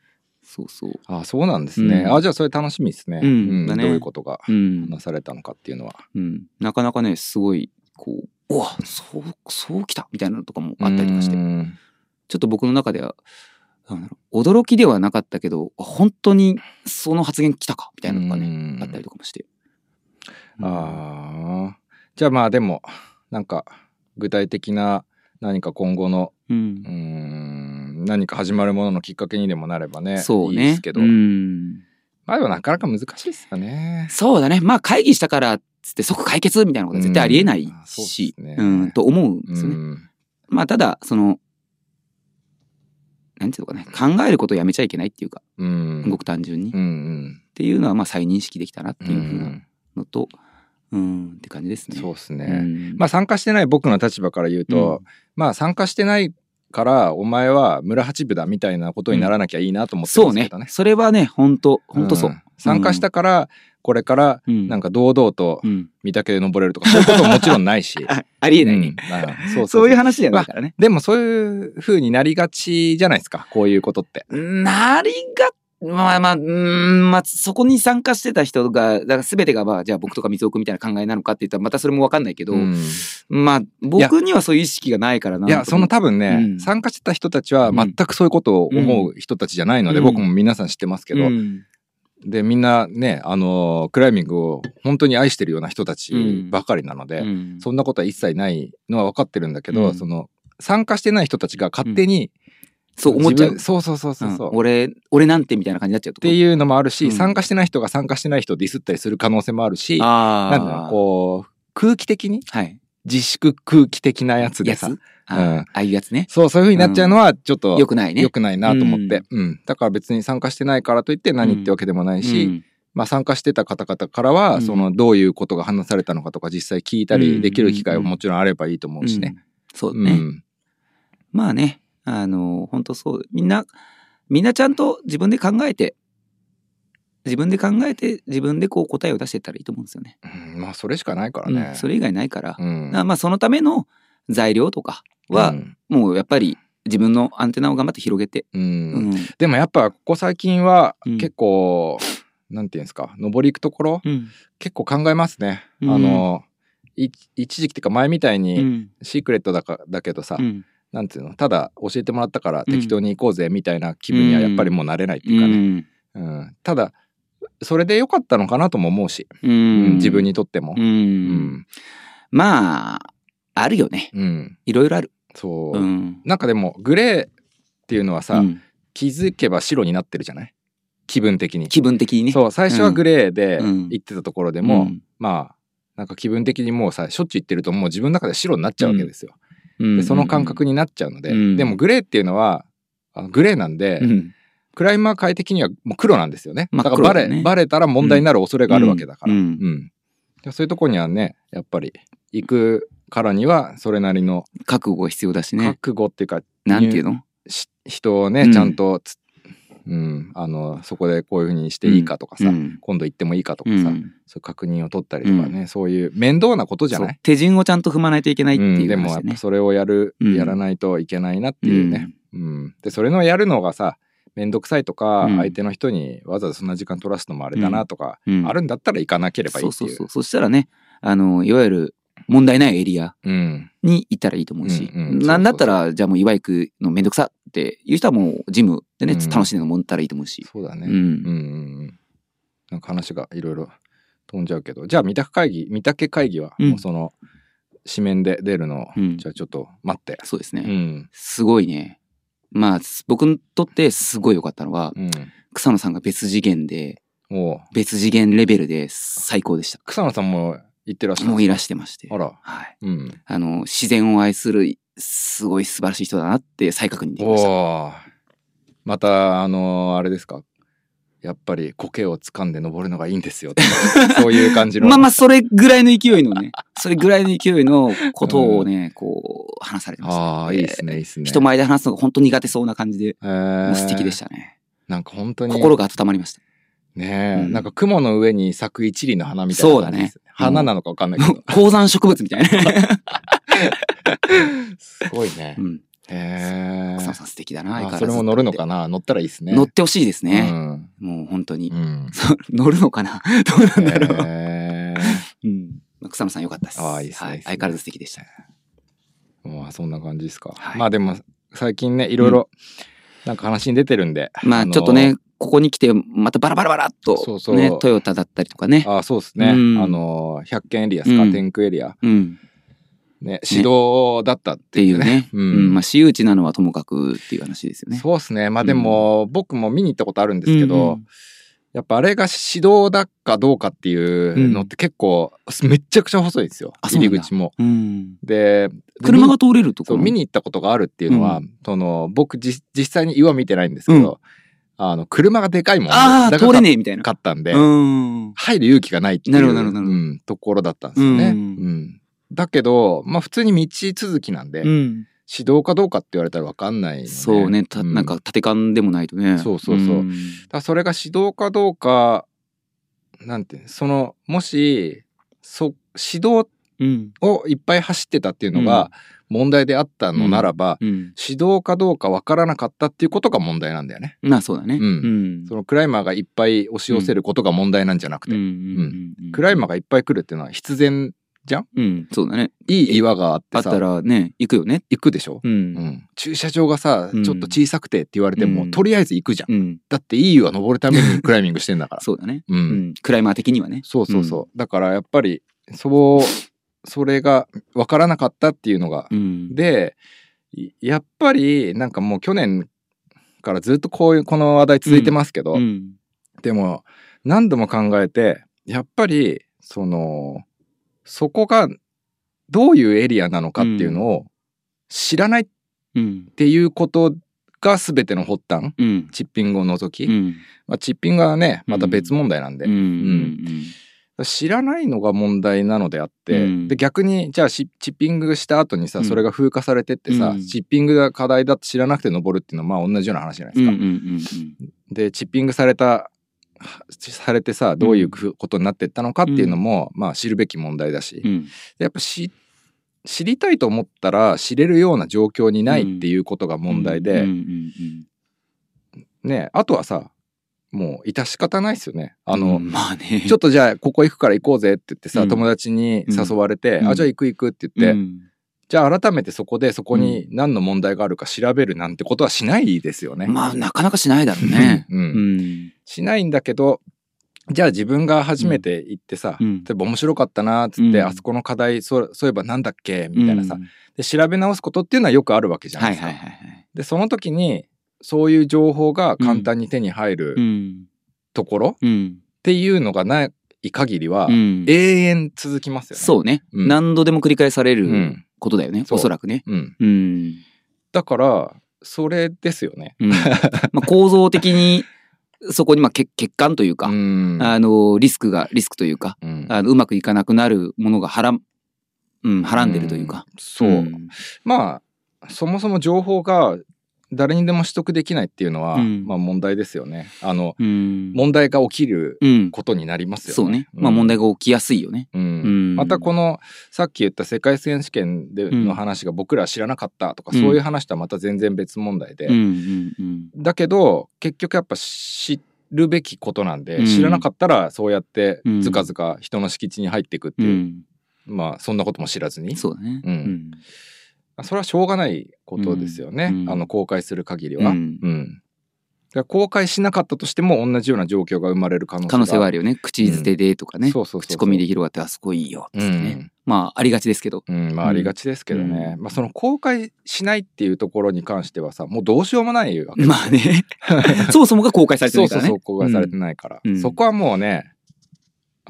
そうそう。あそうなんですね。うんあじゃあそれ楽しみですね。うんうんどだうねいうことがうん話されたのかっていうのは。うん、なかなかねすごいこううわそうそうきたみたいなのとかもあったりとかしてうんちょっと僕の中ではなんだろう驚きではなかったけど本当にその発言来たかみたいなのがねうんあったりとかもして。ああ。じゃあまあでも、なんか具体的な何か今後の、ううんーん、何か始まるもののきっかけにでもなればね、そうねいいですけど、うんまあでもなかなか難しいですよね。そうだねまあ会議したからっつって即解決みたいなことは絶対ありえないうんあそうでし、すねうんと思うんですよね。うんまあただそのなんていうのかね考えることをやめちゃいけないっていうかうん。ごく単純に、うっんていうのはまあ再認識できたなってうん。いうふうなのと、うん、って感じですうんね。そうですね。うんまあ参加してない僕の立場から言うと、うまあ参加してないからお前は村八部だみたいなことにならなきゃいいなと思ってそまうすけねどね。。それはね、本当本当そう。ん参加したからこれからうん。なんか堂々とうん、御嶽で登れるとかそういうことももちろんないし。あありえう ないんね。あそうそそうういうそう話じゃないからね。でもそういう風になりがちじゃないですかこういうことって。なりが、まあまあ、うーん、まあ、そこに参加してた人が、だから全てがまあ、じゃあ僕とか水尾くんみたいな考えなのかって言ったら、またそれもわかんないけど、うんまあ、僕にはそういう意識がないからな。いやその多分ね、うん参加してた人たちは全くそういうことを思う人たちじゃないので、うん僕も皆さん知ってますけど、うんでみんなねあのークライミングを本当に愛してるような人たちばかりなので、うんそんなことは一切ないのは分かってるんだけど、うんその参加してない人たちが勝手に、そう思っちゃう自分。そうそうそうそうそうう、ん俺、俺なんてみたいな感じになっちゃうっってう。いうのもあるし、うん参加してない人が参加してない人をディスったりする可能性もあるしなんあだあ。ろうこう空気的にはい。自粛空気的なやつでやさつあああいうやつね。そうそういうふうになっちゃうのはちょっと、よくないね。良くないなと思って、うんだから別に参加してないからといって何ってわけでもないし、うんまあ、参加してた方々からは、うんそのどういうことが話されたのかとか実際聞いたりできる機会はもちろんあればいいと思うしね。うんそううんね。まあね、あの、本当そう。みんな、みんなちゃんと自分で考えて、自分で考えて、自分でこう答えを出してったらいいと思うんですよね。うんまあそれしかないからね。うんそれ以外ないから。うんだからまあそのための材料とかは、うんもうやっぱり自分のアンテナを頑張って広げて。うんうん。でもやっぱここ最近はうん結構、なんていうんですか登り行くところうん。結構考えますね。うんあのい一時期っていうか前みたいうにん。シークレットだかだけどさ、うんなんていうのただ教えてもらったからうん適当に行こうぜみたいな気分にはやっぱりもうなれないっていうかね。うん、ただそれで良かったのかなとも思うし、ううんん自分にとってもう。。うんまあ、あるよね。うん、いろいろある。そう、うん。なんかでもグレーっていうのはさ、うん気づけば白になってるじゃない気分的に気分的にね。そう最初はグレーでうん行ってたところでうも、んまあなんか気分的にもうさしょっちゅう行ってるともう自分の中で白になっちゃうわけですよ、うんでその感覚になっちゃうので、うんでもグレーっていうのはあのグレーなんで、うんクライマー界的にはもう黒なんですよねだ真っから黒だバねレ,、バレたら問題になる恐れがあるわけだから、うんうんうんそういうとこにはねやっぱり行くからにはそれなりの覚悟が必要だしね。覚悟っていうかなんていうのし人をうねんちゃんとつ、ううん、あのそこでこういうふうにしていいかとかさ、うん今度行ってもいいかとかうさ、んそういう確認を取ったりとかね、そういう面倒なことじゃそうない手順をちゃんと踏まないといけないってういん、うでも話やだっねぱ。それをやる、うんやらないといけないなっていうね、うんでそれのやるのがさ面倒くさいとか、うん相手の人にわざわざそんな時間取らすのもあれだなとか、うん。あるんだったら行かなければいいっそうてそいうう。そう。そしたらね、あの、いわゆる問題ないエリアうんに行ったらいいと思うし、うんうんなんだったそうら、じゃあもう岩井行くのめんどくさっていう人はもうジムでね、うん楽しんでるのもんたらいいと思うし。そうだうね、うんんうんうんなんか話がいろいろ飛んじゃうけどじゃあ三宅会議三宅会議はうんもうその紙面で出るのを、うんじゃあちょっと待ってそうですね。うんすごいね。まあ、す僕にとってすごい良かったのは、うん草野さんが別次元で、もう別次元レベルで最高でした。草野さんも行ってらっしゃるもういらしてまして。あらはい。うんあの、自然を愛する、すごい素晴らしい人だなって再確認できおました。おーまたあのーあれですかやっぱり苔を掴んで登るのがいいんです よとかそういう感じのまあまあ、それぐらいの勢いのね、 それぐらいの勢いのことをね、こう、話されてましたね。ああーいいですねいいですね人前で話すのが本当苦手そうな感じで、えもーう素敵でしたね。なんか本当に心が温まりました。ねえ、うんなんか雲の上に咲く一輪の花みたいな感じです、そうだね花なのかわかんないけど、高山植物みたいな。すごいねう。ん。へえ草野さん素敵だな、相変わあらそず。れも乗るのかな乗ったらいいですね。乗ってほしいですうね。ん。もう本当にう。 ん。そう乗るのかな どうなんだろう。へえうん。草野さん良かったです。ああいいですねはいいいですね相変わらず素敵でした。まあそんな感じですか。はいまあでも最近ねいろいろなんか話に出てるんで。まあのちょっとね、ここに来て、またバラバラバラっそうと、そうね、トヨタだったりとかね。あそうですね。あうんの百軒エリアですか、うん天空エリアうん。ね指導だったっってていいううねね。。ううんん。まあ、私有地なのはともかくっていう話ですよね。そうですね。まあでも、僕も見に行ったことあるんですけど、うんやっぱあれが指導だかどうかっていうのって結構めっちゃくちゃ細いんですよ。あそうな入んだり口も。うん。で、車が通れるとこそうろ見に行ったことがあるっていうのは、うその僕じ実際に岩見てないんですけど、あの車がでかいもんでああ、だから通れねえみたいな。買ったんで、うん。入る勇気がないっていうなるほどなるほどなるほうどんところだったんですよね。ううんんだけど、まあ、普通に道続きなんで、うん。指導かどうかって言われたら分かんないよ、ね。そうね。た、うんなんか、縦感でもないとね。そうそうそうんだからそれが指導かどうかなんていうのそのもしそ指導うん。をいっぱい走ってたっていうのが問題であったのならば、うん。指導かどうかわからなかったっていうことが問題なんだよね。まあ、そうだね。うんんそのクライマーがいっぱい押し寄せることが問題なんじゃなくて、んうんクライマーがいっぱい来るっていうのは必然うん。そうだね。いい岩があっあてさったらね、行くよね。行くでしょ、う。うんん駐車場がさちうょんっと小さくてって言われても、うんとりあえず行くじゃんうん。だっていい岩登るためにクライミングしてんだから そうだね。ううんん。クライマー的にはね。そうそうそう、だからやっぱりそうそれが分からなかったっていうのが、うん。でいやっぱりなんかもう去年からずっとこういうこの話題続いてますけど、うん。でも何度も考えてやっぱりそのそこがどういうエリアなのかっていうのを知らないっうん。ていうことが全ての発端うん。チッピングを除き、うん。まあ、チッピングはねまた別問題なんで、うんうん。知らないのが問題なのであって、うんで逆にじゃあしチッピングした後にさ、うんそれが風化されてってさ、うんチッピングが課題だって知らなくて登るっていうのはまあ同じような話じゃないでうん。うすん。か。うん。でチッピングされたはされてさどういうふうことになってったのかっていうのも、まあ知るべき問題だし、うでん。やっぱし知りたいと思ったら知れるような状況にないっていうことが問題で、うんうんうんねあとはさもう致し方ないですよね。あの、うんまあね。ちょっとじゃあここ行くから行こうぜって言ってさ、うん友達に誘われて「うんあじゃあ行く行く」って言って、うんじゃあ改めてそこでそこに何の問題があるか調べるなんてことはしないですよね。。まあ、なかなかしないだろうねうんうん。しないんだけどじゃあ自分が初めて行ってさ、うん例えば面白かったなっつって、うんあそこの課題そうそういえばなんだっけみたいなさ、うんで調べ直すことっていうのはよくあるわけじゃないはいですか。はいはいはい。でその時にそういう情報が簡単に手に入るうん。ところっうん。ていうのがない限りは、うん永遠続きますよね。そうね。うん何度でも繰り返されうるんことだよね。そうおそらくね。うん、うん。だからそれですよね。うんまあ構造的に、そこにまあ欠欠陥というか、うんあの、リスクが、リスクというか、うんあのうまくいかなくなるものがはらん、うん、はらんでるというか。そう、んまあそもそも情報が誰にでも取得できないっていうのは、うんまあ問題ですよね。あの、うん。問題が起きるうん。ことになりますよね。そうね。まあ問題が起きやすいよね。うんうんまたこのさっき言った世界選手権でうんの話が僕らは知らなかったとか、うんそういう話とはまた全然別問題で、うんうんうん。だけど結局やっぱ知るべきことなんで、うん知らなかったらそうやってうんずかずか人の敷地に入っていくってういう、ん。まあそんなことも知らずにそうだね。うんそれはしょうがないことですよね、うんあの公開する限りうは。ん。うんだから公開しなかったとしても同じような状況が生まれる可能性が可能性はあるよね。口づてでとかね。そうそうそうそう口コミで広がってあそこいいよ。つっうてんね。まあありがちですけど。 うん、まあありがちですけどね、まあ、その公開しないっていうところに関してはさもうどうしようもないわけま あね。そもそもが公開されてそなういかそうらね。そう公開されてないから、うんそこはもうね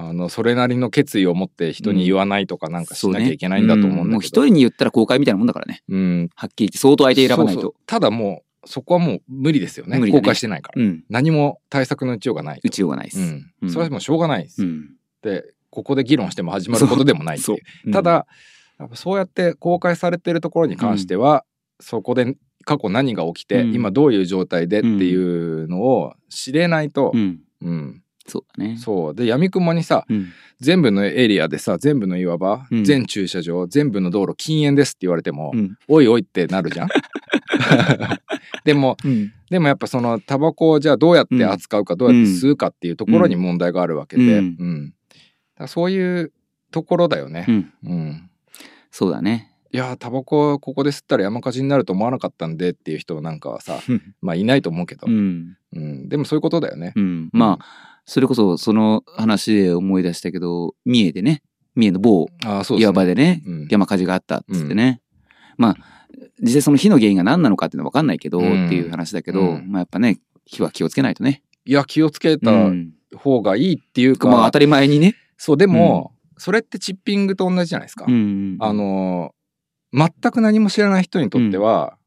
あのそれなりの決意を持って人に言わないとかなんかしなきゃいけないんだと思うんだけど、もう一人に言ったら公開みたいなもんだからね。うんはっきり言って相当相手選ばないそうそとう。ただもうそこはもう無理ですよね無理だね公開してないから、うん。何も対策の打ちようがないと打ちようがないです。う、うんんそれはもうしょうがないです、うんでここで議論しても始まることでもないっていううんた、だやっぱそうやって公開されてるところに関しては、そこで過去何が起きて、うん今どういう状態でっていうのを知れないとう、ん。うんそうだね。そうで闇雲にさうん。全部のエリアでさ全部の岩場、うん全駐車場全部の道路禁煙ですって言われても、うんおいおいってな るじゃん。でもうん。でもやっぱそのタバコをじゃあどうやって扱うか、どうやって吸うかっていうところに問題があるわけで、うんうんだからそういうところだよね。うん。うんそうだね。いやータバコここで吸ったら山火事になると思わなかったんでっていう人なんかはさうんまあいないと思うけど、うん。うんでもそういうことだよね。うん。まあ、それこそその話で思い出したけど、三重でね、三重の某あーそうですね岩場でね、うん山火事があったっつってね。まあ、実際その火の原因が何なのかっていうのは分かんないけど、うんっていう話だけど、うんまあやっぱね、火は気をつけないとね。いや気をつけうたん。方がいいっていうか、まあ当たり前にね。そうでも、それってチッピングと同じじゃないですか。うんあ、のー全く何も知らない人にとっては、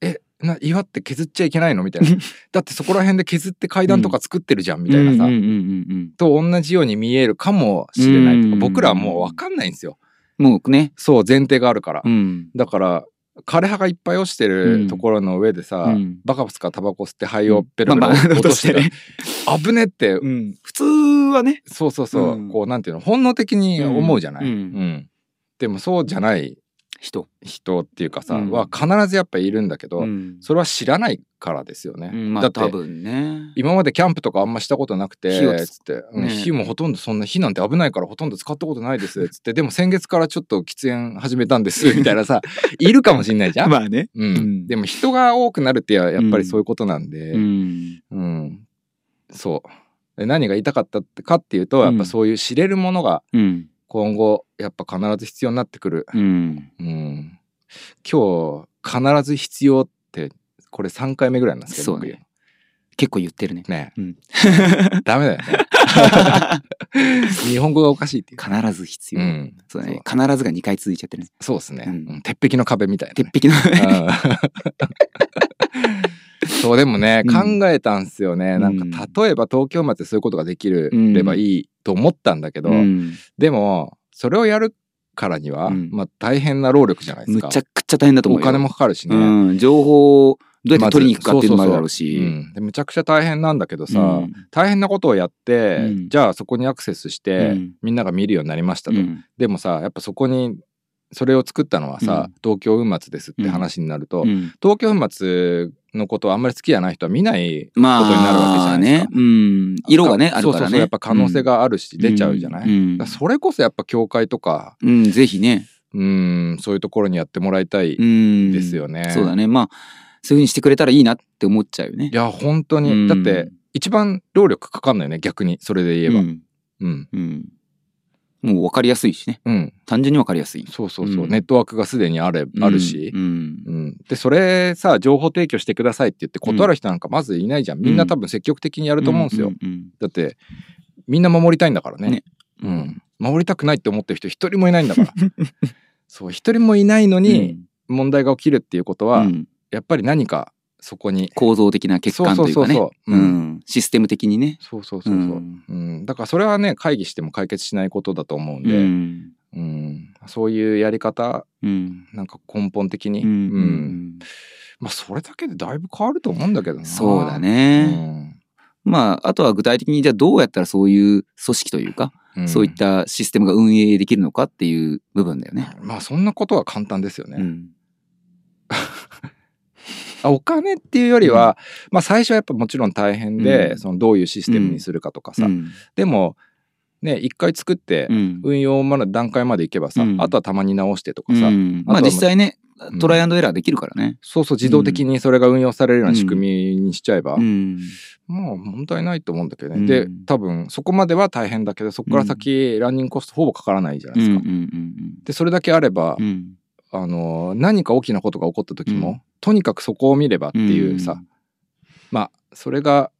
えな岩って削っちゃいけないのみたい なだってそこら辺で削って階段とか作ってるじゃんみたいなさ、うんうんうんうんと同じように見えるかもしれないとか、うん僕らはもう分かんないんですようん。もうね。そう前提があるから。うん。だから枯葉がいっぱい落ちてるところの上でさ、うんバカブスかタバコ吸って灰をペロペロまあまあ落として落として危ねって、うん。普通はね。そうそうそう、うんこうなんていうの本能的に思うじゃない、うんうんでもそうじゃない人。人っていうかさ、うんは必ずやっぱいるんだけど、うんそれは知らないからですよね、うんまだあって多分ね。今までキャンプとかあんましたことなくて火をつつって、うんね火もほとんどそんな火なんて危ないからほとんど使ったことない ですつってでも先月からちょっと喫煙始めたんですみたいなさいるかもしんないじゃん、あね。うんうんでも人が多くなるってややっぱりそういうことなんで、ううんん。そうで何が言いたかったってかっていうとやっぱそういう知れるものがうん。今後やっぱ必ず必要になってくる、うん。うん、今日必ず必要ってこれ3回目ぐらいなんですけどそうね僕結構言ってるね。ねうん ダメだよね 日本語がおかしいっていう、必ず必う要。ん、そうだね。必ずが2回続いちゃってるね。そうですね、うんうん鉄壁の壁みたいなね、鉄壁の。うんそうでもね、うん考えたんすよねなんうんか例えば東京までそういうことができる、うんればいいと思ったんだけど、うんでもそれをやるからには、うんまあ大変な労力じゃないですむかちゃくちゃ大変だと思おうよ。金もかかるしね、うん。情報をどうやって取りに行くかっていうのもまずあるだろううし。んでむちゃくちゃ大変なんだけどさ、うん大変なことをやって、うんじゃあそこにアクセスして、うんみんなが見るようになりましたと、うんでもさやっぱそこにそれを作ったのはさ、うん東京雲末ですって話になると、うん東京粉末のことをあんまり好きじゃない人は見ないまことになるわけじゃなあいですねか、うん、色がねあるかそうそらうそうねやっぱ可能性があるし、出ちゃうじゃない、うんうんだからそれこそやっぱ教会とかうん、ぜひね、うんそういうところにやってもらいたい、ういん、ですよねそうだねまあそういうふうにしてくれたらいいなって思っちゃうよねや本当に、うんだって一番労力かかんないよね逆にそれで言えばうんうんうんもう分かりやすいしねうん、単純に分かりやすいそうそうそう、うんネットワークがすでにあれあるし、ううんんでそれさ情報提供してくださいって言って断る人なんかまずいないじゃん、みんな多分積極的にやると思うんですよ、うんだってみんな守りたいんだからねねうん、守りたくないって思ってる人一人もいないんだ からそう一人もいないのに問題が起きるっていうことは、うんやっぱり何かそこに構造的な欠陥というかそねうそうそうそうううんんシステム的にねそうそうそうそう、うんんだからそれはね会議しても解決しないことだと思うんで、ううんんそういうやり方うんなんか根本的に、うんうんまあそれだけでだいぶ変わると思うんだけどなそうだうね。んまあ、あとは具体的にじゃあどうやったらそういう組織というか、んそういったシステムが運営できるのかっていう部分だよね。まあそんなことは簡単ですよね、うん。あお金っていうよりは、まあ最初はやっぱもちろん大変で、うんそのどういうシステムにするかとかさ、うんでもね一回作ってうん運用まで段階までいけばさ、うんあとはたまに直してとかさ、うんあとはまあ実際ねうん、トライアンドエラーできるからね。そうそう自動的にそれが運用されるような仕組みにしちゃえば、うん。もう問題ないと思うんだけどね、うんで多分そこまでは大変だけどそこから先、ランニングコストほぼかからないじゃないうでんすうんか。うんでそれだけあれば、うんうん。あの何か大きなことが起こった時も、うんとにかくそこを見ればっていうさ、んまあそれが、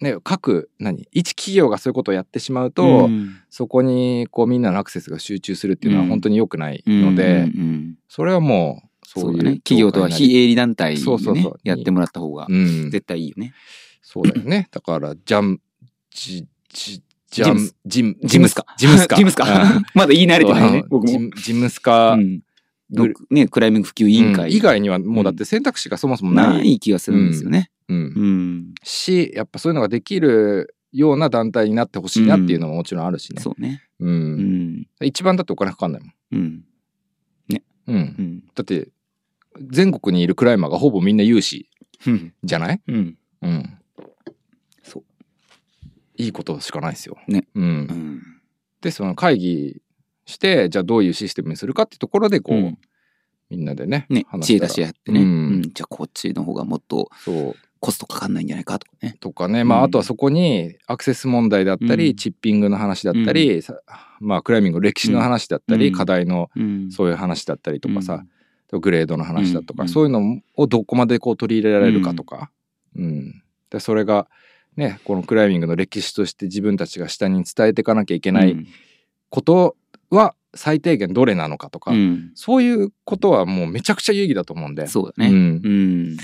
ね、各何一企業がそういうことをやってしまうと、うんそこにこうみんなのアクセスが集中するっていうのはうん本当に良くないので、うんうんうんそれはもうそそうういうだね。企業とは非営利団体にそうそうねそうやってもらった方がうん、絶対いいよね。そうだよ ね。だから、ジャン、ジ、ジ、ジャジムンス、ジム、ジムスカ。 ジムスカ。ジムスカうん。まだ言い 慣れてないね。僕ジも。ムジムスカう、んグルね、クライミング普及委員うん会以外にはもうだって選択肢がそもそもない。ない気がするんですよね。うんうん。し、やっぱそういうのができるような団体になってほしいなっていうのももちろんあるしね。そうね。う。うんん。一番だってお金かかんないもん。うん。う。うんん。だって、全国にいるクライマーがほぼみんな有志うん。じゃないうん。うん。そう。いいことしかないですよ。ね。うんう。ん。でその会議してじゃあどういうシステムにするかってところでこう、うんみんなでねね、話知恵した出らし合ってね。ううんん。じゃあこっちの方がもっとそうコストかかんないんじゃないかとかね。とかね、まあ、うんあとはそこにアクセス問題だったり、うんチッピングの話だったり、さまあ、クライミングの歴史の話だったり、うん課題のうんそういう話だったりとかさ、。グレードの話だとか、うんそういうのをどこまでこう取り入れられるかとか、うんでそれが、ね、このクライミングの歴史として自分たちが下に伝えていかなきゃいけなういんことは最低限どれなのかとか、うん。そういうことはもうめちゃくちゃ有意義だと思うんで。そううだね。んうん。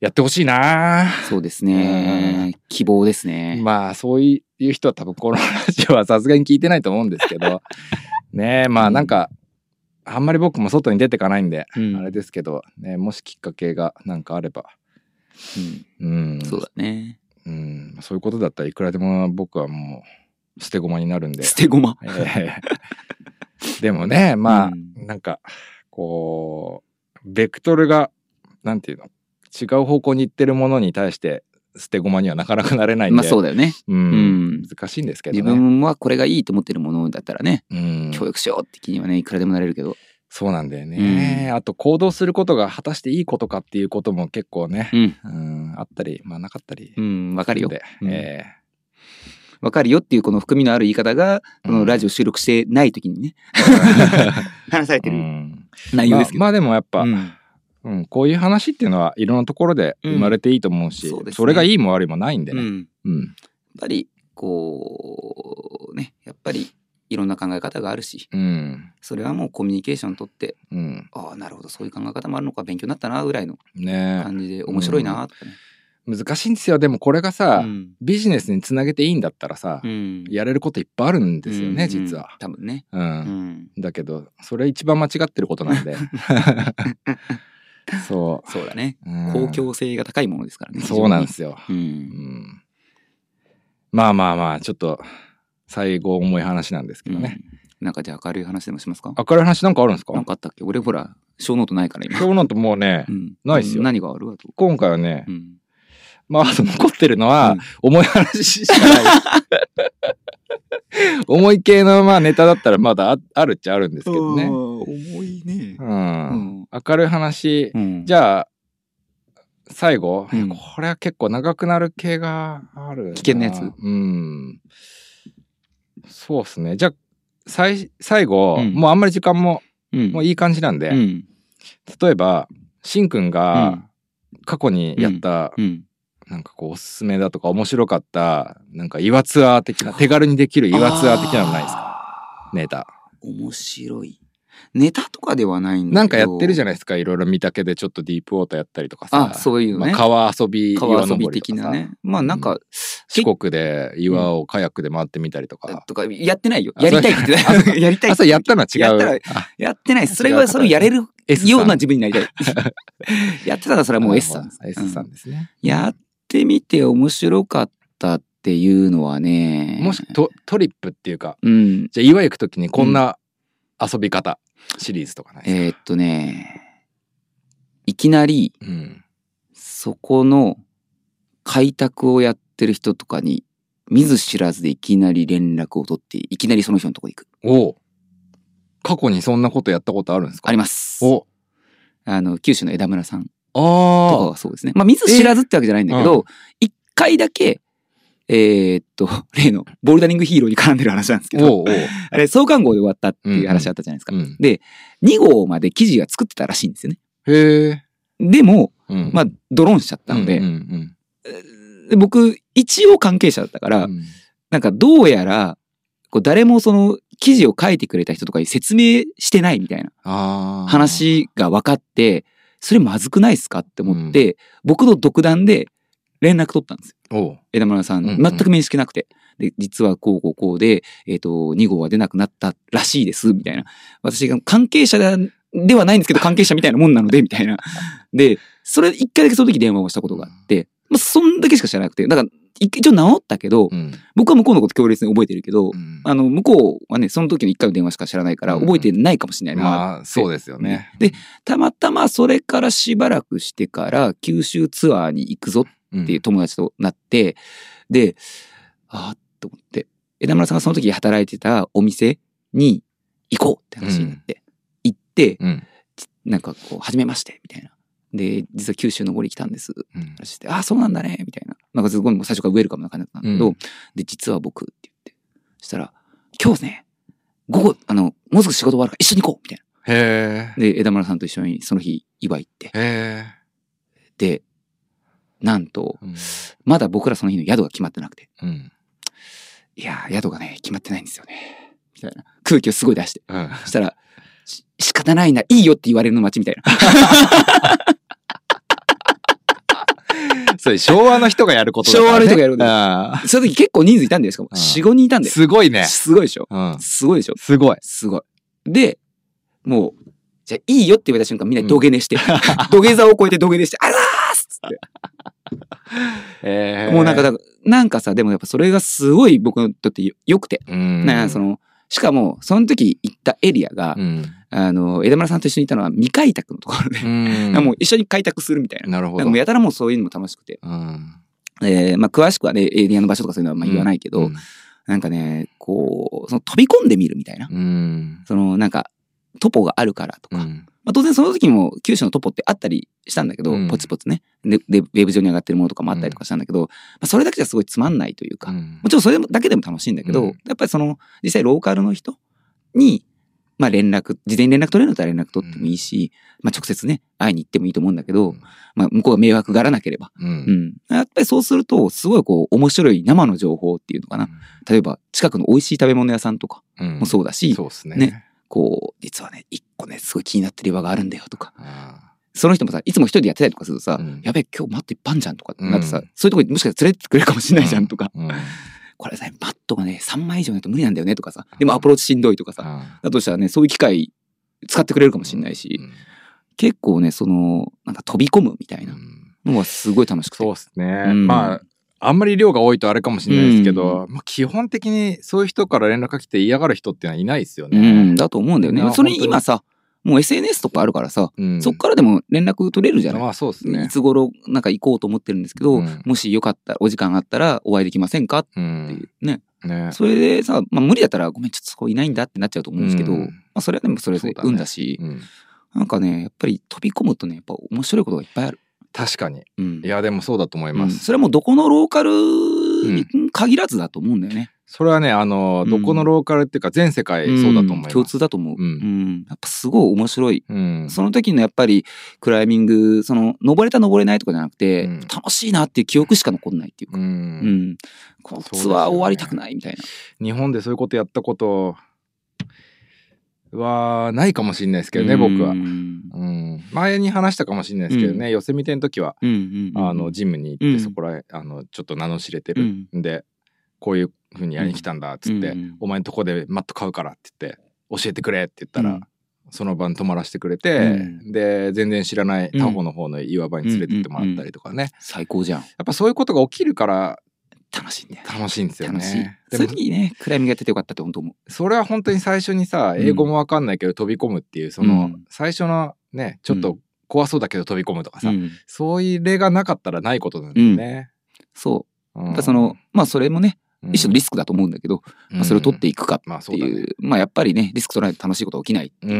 やってほしいなそうですうんね。希望ですね。まあ、そういう人は多分このラジオはさすがに聞いてないと思うんですけ ど。ねえ、まあなんか、あんまり僕も外に出てかないんで、うんあれですけど、ね、もしきっかけがなんかあれば、うんうん、そうだね。うん、そういうことだったらいくらでも僕はもう捨て駒になるんで。捨て駒。ええ でもね、まあ、うんなんか、こう、ベクトルが、なんていうの、違う方向に行ってるものに対して、捨て駒にはなかなかなれないんで、まあそうだよね。うんうん難しいんですけ自どね。分はこれがいいと思ってるものだったらね、うん、協力しようって気にはね、いくらでもなれるけど。そうなんだよね、あと、行動することが果たしていいことかっていうことも結構ねう、ん。うん、あったり、まあなかったり。うん、わかるよ。でうんえわかるよっていうこの含みのある言い方が、えこのラジオ収録してない時にね、話されてうるん内容ですけど。まあまあでもやっぱ、うんうん、こういう話っていうのはいろんなところで生まれていいと思うし、うんそうですねそれがいいも悪いもないんでうね。んやっうん。ぱり、こう、ね、やっぱりいろんな考え方があるし、うん。それはもうコミュニケーション取って、うん。ああ、なるほど、そういう考え方もあるのか、勉強になったな、ぐらいのねえ感じで面白いな、とかね。難しいんですよ。でもこれがさ、うんビジネスにつなげていいんだったらさ、うんやれることいっぱいあるんですよね、うん実は。多分ね。う。うんん。だけど、それ一番間違ってることなん で。そそうだね。う。うん公共性が高いものですからね。そうなんですよ。非常に。ううん。ん。まあまあまあ、ちょっと、最後重い話なんですけどね。うんなんかじゃあ明るい話でもしますか明るい話なんかあるんですかなんかあったっけ俺ほら、小ノートないから今。今日なんてもうね、うんないっすよ何があるあと。今回はね、うん。まあ、あと残ってるのはうん、重い話しか ない。重い系の、まあ、ネタだったらまだああるっちゃあるんですけどね。重いねう。。うんん。明るい話。うんじゃあ、最後、うんこれは結構長くなる系があるな。危険なやつうん。そうですね。じゃあ、最、最後、うんもうあんまり時間も、うんもういい感じなんで、うん。例えば、しんくんが、過去にやったうん。なんかこうおすすめだとか面白かったなんか岩ツアー的な手軽にできる岩ツアー的なのないですかかネタ面白い。ネタとかではないんだけど。なんかやってるじゃん。ないですかいろいろ見たけでちょっとディープウォーターやったりとかさあ、そういうね。まあ川遊び川遊岩び登り的とかなさね。まあなんか、四国で岩をカヤックで回ってみたりとか、とか、やってないよ。あやりたいって言って ない。やりたいあそれやったのは違やったらうあやってない。それ違うは、方それをやれる S ようなさん自分になりたい。やってたらそれはもう S さんです。 S さんですね、うんやってみて面白かったっていうのはね。もしトトリップっていうかうん。じゃあ岩行くときにこんな遊び方、シリーズとかないですか、えーっとね、いきなり、うん、そこの開拓をやってる人とかに、見ず知らずでいきなり連絡を取って、いきなりその人のとこ行く。おう過去にそんなことやったことあるんですかあります。おあの、九州の枝村さんとかあはそうですね。まあ、見ず知らずってわけじゃないんだけど、一、回だけ、えーっと、 例のボルダリングヒーローに絡んでる話なんですけーど、おうおう、あれ、創刊号で終わったっていう話だったじゃないですか。うん、 2号まで記事が作ってたらしいんですよね。へえ、でも、うんまあ、ドローンしちゃったので、うんうんで僕、一応関係者だったかうんら、うんなんかどうやら、こう誰もその記事を書いてくれた人とかに説明してないみたいなあー話が分かって、それまずくないですかって思って、僕の独断で連絡取ったんですよ。おう枝村さん、うんうん全く面識なくて。で、実はこうこうこうで、えっ、と、2号は出なくなったらしいです、みたいな。私が関係者だではないんです けど、関係者みたいなもんなので、みたいな。で、それ一回だけその時電話をしたことがあって、まあ、そんだけしか知らなくて、だから、一応治ったけど、うん僕は向こうのこと強烈に覚えてるけど、うんあの、向こうはね、その時の一回の電話しか知らないから、うん覚えてないかもしれないな。まあそうですよねで、たまたまそれからしばらくしてから、九州ツアーに行くぞうんっていう友達となって、で、ああ、と思って、枝村さんがその時働いてたお店に行こうって話になって、行って、うんなんかこう、はじめまして、みたいな。で、実は九州の森来たんです、うん話して、ああ、そうなんだね、みたいな。なんかすごいもう最初からウェルカムな感じだったんだけど、うんで、実は僕って言って、そしたら、今日ね、午後、あの、もうすぐ仕事終わるから一緒に行こうみたいへな。で、枝村さんと一緒にその日、岩行ってえ、へで、なんとえ、うんまだ僕らその日の宿が決まってなくて、うんいやー、宿がね、決まってないんですよね。みたいな空気をすごい出して。うんそしたら、し仕方ないな、いいよって言われるの街みたいな。それ昭和の人がやることだ昭和の人がやることですあその時結構人数いたんで、しかも。うん4、5人いたんーで。すごいね。すごいでしょ。うん。すごいでしょ。すごい。すごい。で、もう、じゃあいいよって言われた瞬間みんな土 下寝して、土下座を超えて土下寝して、あらーすっつっえて。もうなんかだ、なんかさ、でもやっぱそれがすごい僕にとってよ良くて。うん。なんかその、しかも、その時行ったエリアが、うん。あの、枝村さんと一緒にいたのは未開拓のところで、うん。もう一緒に開拓するみたいな。なるほなど。んかもうやたらもうそういうのも楽しくて。うん。えー、まあ詳しくはね、エリアの場所とかそういうのはまあ言わないけど、うんなんかね、こう、その飛び込んでみるみたいな。うん。その、なんか、トポがあるからとか、うんまあ、当然その時も九州のトポってあったりしたんだけど、うんポツポツねででウェブ上に上がってるものとかもあったりとかしたんだけど、まあ、それだけじゃすごいつまんないというか、うもんちろんそれだけでも楽しいんだけど、うんやっぱりその実際ローカルの人に、まあ、連絡事前に連絡取れるんだったら連絡取ってもいいし、まあ、直接ね会いに行ってもいいと思うんだけど、うんまあ、向こうが迷惑がらなければ、う。うんん、やっぱりそうするとすごいこう面白い生の情報っていうのかな例えば近くの美味しい食べ物屋さんとかうん。もそうだし、そうですね。ねこう実はね一個ねすごい気になってる場があるんだよとかあその人もさ、いつも一人でやってたりとかするとさ、うんやべえ、今日マットいっぱいあんじゃんとか、なってさ、うんそういうとこにもしかしたら連れてってくれるかもしー。れないじゃんとか、うん。うんこれさ、マットがね、3枚以上ないと無理なんだよねとかさ、でもアプローチしんどいとかさ、だとしたらね、そういう機会使ってくれるかもしれないし、うん結構ね、その、なんか飛び込むみたいなうんのはすごい楽しくて。そうですね。うんまあ、あんまり量が多いとあれかもしれないですけど、まあ基本的にそういう人から連絡が来て嫌がる人っていうのはいないですようね。ん、だと思うんだよいね。やそれに今さ、もう SNS とかあるからさ、うんそっからでも連絡取れるじゃないまあそうですねい。つ頃なんか行こうと思ってるんですけど、うんもしよかったらお時間あったらお会いできませんかっうていん。うね、ね。それでさ、まあ、無理だったらごめんちょっとそこいないんだってなっちゃうと思うんですけど、うんまあ、それはでもそれそうでだね運だしうんなんかねやっぱり飛び込むとねやっぱ面白いことがいっぱいある。確かに。うん、いや、でもそうだと思いうんます。それはもうどこのローカルに限らずだと思うんだよね。それはね、あの、うんどこのローカルっていうか、全世界そうだと思います。ん共通だと思う、うんうんやっぱすごい面白い。うん。その時のやっぱりクライミングその登れた登れないとかじゃなくて、うん楽しいなっていう記憶しか残んないっていううか、うんん。このそうですツよねアー終わりたくないみたいな。日本でそういうことやったこと、はないかもしれないですけどね、僕はう。んうん、前に話したかもしれないですけどね、寄せ見ての時は、うんうんうんあのジムに行っうてんそこら、あのちょっと名の知れてうる、んん、でこういうふうにやりに来たんだっつって、うんうんお前のとこでマット買うからって言って教えてくれって言ったら、うんその晩泊まらせてくれて、うで全然知らない他方の方の岩場に連れてってもらったりとかね、や最高じゃんっぱそういうことが起きるから楽しいんだよ楽しいんですよ楽しいね。それでもにねクライミングやっててよかったって本当思うそれは本当に最初にさうん英語もわかんないけど飛び込むっていうその、うん最初のねちょっうとん怖そうだけど飛び込むとかさ、うんそういう例がなかったらないことなんだよね。そううんやっぱそのまあそれもね一種のリスクだと思うんだけどまあそれを取っていくかまあってそうだねいうまあやっぱりねリスク取らないと楽しいこと起きないうん、う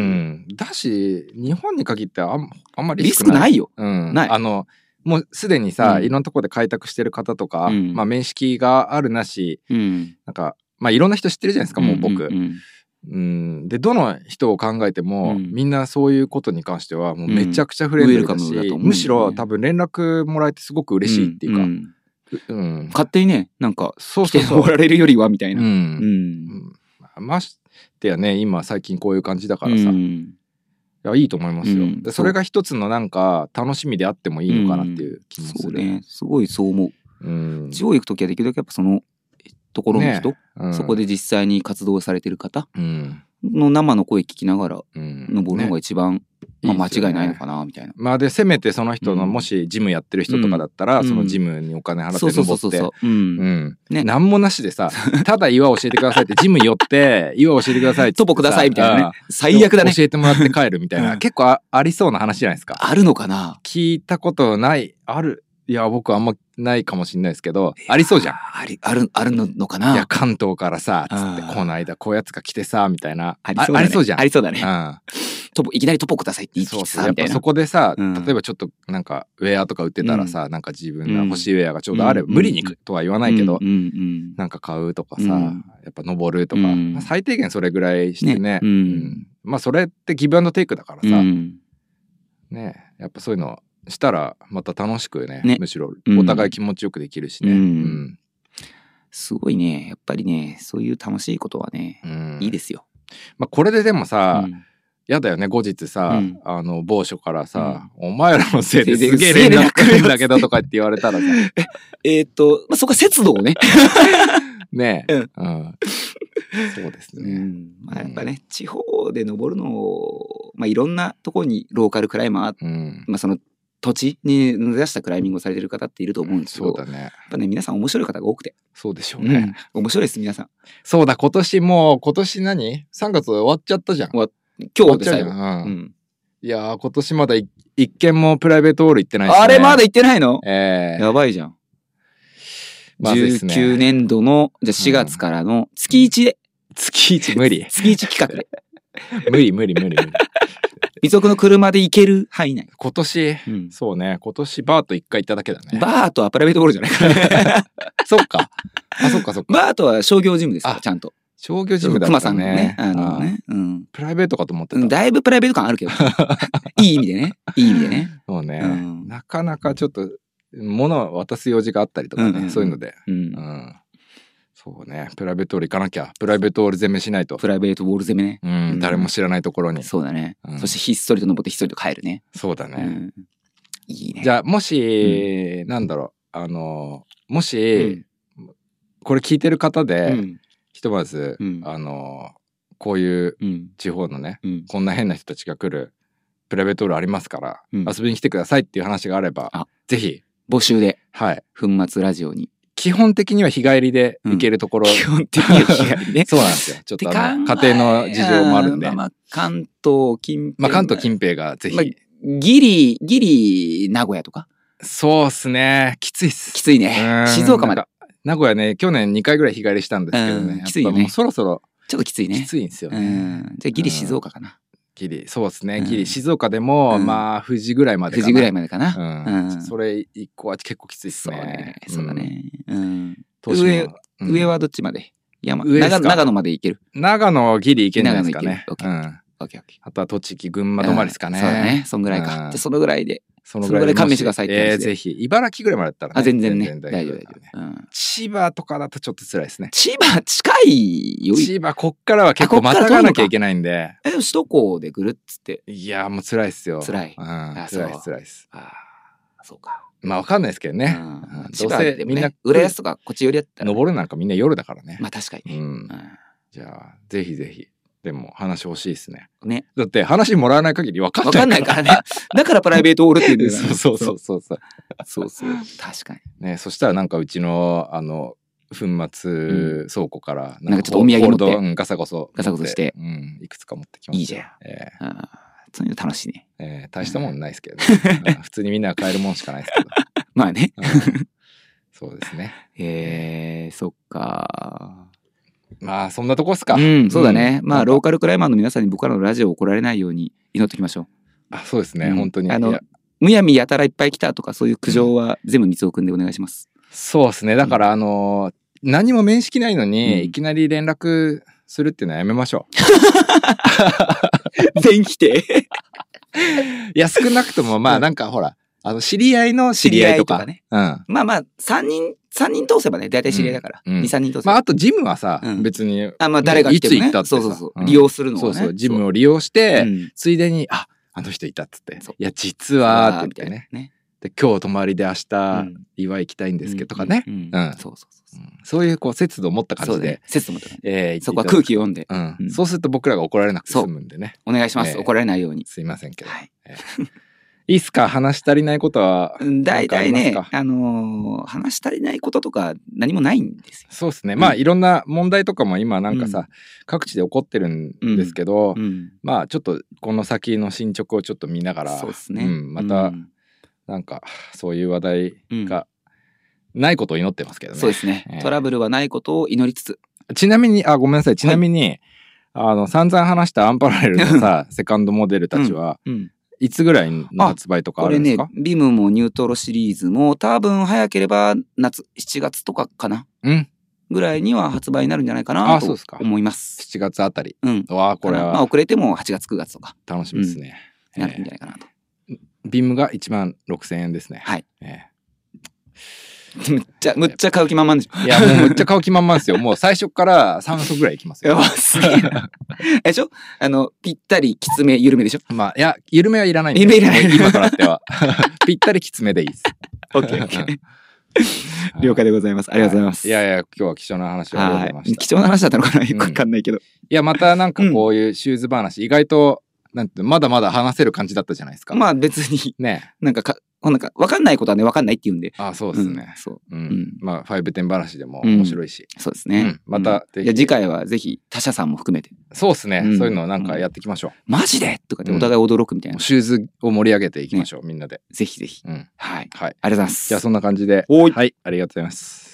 んだし日本に限ってあんあんまりリスクないようん、ないあのもうすでにさ、うんいろんなところで開拓してる方とか、うんまあ、面識があるなしうんなんか、まあ、いろんな人知ってるじゃないですかもう僕。うんんんでどの人を考えても、うんみんなそういうことに関してはもうめちゃくちゃフレンドリーだし、うんウェルカムだと思うんだよねむしろ多分連絡もらえてすごく嬉しいっていうか、んんうん勝手にねなんかそうそう来てそうお。られるよりはみたいなううんんうんましてやね今最近こういう感じだからさ、ういんやいいと思いますよ、うんでそれが一つのなんか楽しみであってもいいのかなっていう気もすそうる、ねすごいそう思ううん地方行く時はできるだけやっぱそのところの人うんそこで実際に活動されてる方うんの生の声聞きながらうん登るのがね一番、いいまあ、ですよ間違ねいないのかなみたいな。まあでせめてその人の、うんもしジムやってる人とかだったら、うんそのジムにお金払ってそうそうそう登そうってそう。う。うんんね何もなしでさ ただ岩教えてくださいってジム寄って岩教えてくださいってトポくださいみたいなねあ。最悪だね。教えてもらって帰るみたいな、うん結構あありそうな話じゃないですかあるのかな聞いたことないあるいや僕あんまないかもしんないですけどありそうじゃん。あり、ある、あるのかいやな関東からさつあってーこの間こういうやつが来てさみたいなありそうだね。ありそうじゃん。ありそうだね。うトポいきなりトポくださいってん、言ってそうきてそうさ、やっみたぱいなそ。こでさ、うん例えばちょっとなんかウェアとか売ってたらさ、なんか自分の欲しいウェアがちょううどんあれば、無理にとは言わないけど、うんうんなんか買うとかさ、うんやっぱ登るとか、うんまあ最低限それぐらいしてねねうんまあそれってギブアンドテイクだからうさ、ん。ねやっぱそういうのしたらまた楽しくねねむしろうんお互い気持ちよくできるしね、うんうんすごいね。やっぱりね、そういう楽しいことはね、うんいいですよ。まあ、これででもさ、うんやだよね後日さ、うんあの某所からさ、お前らのせいですげえせ連いで絡来るんだけど」とかって言われた らさえーっと、まあ、そこは節度をね。ねえ、ううんそうですうね。んまあ、やっぱね、地方で登るのを、まあ、いろんなところにローカルクライマー、うんまあ、その土地に根ざしたクライミングをされてる方っていると思うんですけど、そうだやっね。ぱね、皆さん面白い方が多くて。そうでしょうね。うん面白いです、皆さん。そうだ、今年もう、今年何 ?3 月終わっちゃったじゃん。終わ今日で終わっち最ゃう後。じゃん。ううんんいやー、今年まだい一件もプライベートオール行ってないですね。あれまだ行ってないのええやばいじゃん。まずいっすね19年度の、じゃあ4月からの月1で、月一無 理。月1企画で、無理無理無理無理。未属の車で行ける範囲内。今年、うんそうね、今年バーと一回行っただけだね。バーとはプライベートボールじゃな いからね。そっか。あ、そっかそっか。バーとは商業ジムですから、あちゃんと。商業ジムだったね。熊さんのね、あのあーね。うん。プライベートかと思ってうんた。だいぶプライベート感ある けど。いい意味でね。いい意味でね。そうね、うんなかなかちょっと、物を渡す用事があったりとかね、うんうんうんそういうので。うんう。ん。そうね、プライベートオール行かなきゃ。プライベートオール攻めしないとプ。ライベートボール攻めね。うん、うん誰も知らないところに。そうだねう。んそしてひっそりと登ってひっそりと帰るね。そうだうね。ん。いいね。じゃあ、もし、なんだろう、あの、もし、これ聞いてる方うで、ん。ひとまず、うんあの、こういううん。地方のね、うん。こんな変な人たちが来るプライベートオールありますから、うん遊びに来てくださいっていう話があれば、あぜひ、募集で、はい。粉末ラジオに。基本的には日帰りで行けるところ、。基本的には日帰りねそうなんですよ。 ちょっとあのって考家え庭の事情もあるんで。まあまあ、関東近辺。まあ、関東近辺がぜひ、まあギリ、ギリ、名古屋とかそうっすね。きついっす。きついうねー。ん静岡までなん。か名古屋ね、去年2回ぐらい日帰りしたんですけどうんね。きついよねやっぱもうそろそろちょっときついきね。ついんですようね。ん。じゃあギリ静岡かな。ギリ、そうですうね。んギリ、静岡でも、うんまあ、富士ぐらいまでか9な。時ぐらいまでかうな。ん。うんそれ一個は結構きついっすそうねね。。そうだね。うん。うん。東上島うん上はどっちまで山上ですか長長野まで行ける。長野ギリ行けんじゃないですかね。長う野行けるん。オッケーオッケーあとは栃木、群馬止まりですかね。そうだね。そんぐらいか。うんじゃあそのぐらいで。そそのぐらい勘弁してくださいってえ話ーでぜひ茨城ぐらいまでだったら、ね、あ全然ね大丈夫大だ丈からね夫、うん、千葉とかだとちょっと辛いですね千葉近いよ千葉こっからは結あ構こっまからたがなきゃいけないんでえでも首都高でぐるっつっていやーもう辛いっすよ辛いうん、あ辛そういっす辛いっすああそうか、まあわかんないですけどうね、んうん千どう葉せでもみんなね浦安とかこっち寄りやったら、登るなんかみんな夜だからね、まあ確かにうね、んじゃあぜひぜひでも話欲しいですねうんねだって話もらわない限りわかんわないかんないからねだからプライベートオールっていうんだ よそうそうそうそうそうそうそう確かにねそしたらなんかうちのあの粉末倉庫からなんかちょっとお土産ホー持ルってドうんガサゴソガサゴソしてうんいくつか持ってきましたいいじゃんえああそういうの楽しいねえええ大したもんないです けどね、うん普通にみんな買えるもんしかないですけど、まあね うんそうですねえー、そっかまあそんなとこっすかうんそうだね、まあロー廊カルクライマーの皆さんに僕らのラジオ怒られないように祈っておきましょうあそうですね、うん本当にああののむやみやたらいっぱい来たとかそういう苦情は全部三尾くんでお願い します。そうですねだからあのー何も面識ないのに、うんいきなり連絡するっていうのはやめましょう全否定いや少なくと もまあなんかほらあの知り合いの知り合いとか知り合ういんまあまあ3人3人通せばね大体知り合いだから、うんうん二三23人通せまば、あまあとジムはさ、うん別にあ、まあ誰が来ても、ね、いつ行ったってさそうそうそう、うん利用するのはそねうそうジムを利用しでて、うん、ついでに「ああの人いた」っつってそ「ういや実は」ってみた言っいてなねね「で今日泊まりで明日うん岩行きたいんですけど」とかね、うんううんんそうそうそううんそういうこう節度を持ったそ感うじだねで、節度もとねえーそこは空、気言読んでっていただくうんうんそうすると僕らが怒られなくてそう済むんでねお願いします、ええ怒られないように。すいませんけど、はいえーいいっすか話し足りないことはうん大体なんねかありますかあのー話し足りないこととか何もないんですよ。そうですねまあ、うんいろんな問題とかも今なんかさ、うん各地で起こってるんですけど、うん、まあちょっとこの先の進捗をちょっと見ながらそうですね、ん、またうんなんかそういう話題がないことを祈ってますけどね、そうですね、ええトラブルはないことを祈りつつ、ちなみにあごめんなさいちなみに、あの散々話したアンパラレルのさ セカンドモデルたちは、うん、いつぐらいの発売とかあこるれんですねか、、ビムもニュートロシリーズも多分早ければ夏、7月とかかなうんぐらいには発売になるんじゃないかなあそうとですか思います。 7月あたりうん。わあこれまあは遅れても8月9月とか楽しみですね、になえるんじゃないかなと。ービームが1万6000円ですねはい、えむっちゃ、むっちゃ買う気満々でしーいやもうむっちゃ買う気満々ですよもう最初から3足ぐらいいきますょ。 やよばすぎる。 あれでしょあの、ぴったり、きつめ、緩めでしょまあいや緩めはいらないんで緩めいらないもう今となって はぴったりきつめでいいですオッケーオッケー。了解でございます。ありがとうございます。いやいや、今日は貴重な話をありがとうございまはしい。た。貴重な話だったのかなんよくわかんないけど。いや、またなんかこういうシューズ話、意外と、なんて、まだまだ話せる感じだったじゃないですか。まあ別に、ね。なんかか、なんか、わかんないことはね、わかんないって言うんで。あそうですねん。そう。うん。んまあ、ファイブテン話でもうん面白いし。そうですね。うんまたうんぜひいや次回はぜひ他社さんも含めて、そうですね、うんそういうのをなんかやっていきましょう。マジでとかでうんお互い驚くみたいな。シューズを盛り上げていきましょう、みんなで。ぜひぜひ。うん。はい。はい。ありがとうございます。じゃあ、そんな感じで。おいはい。ありがとうございます。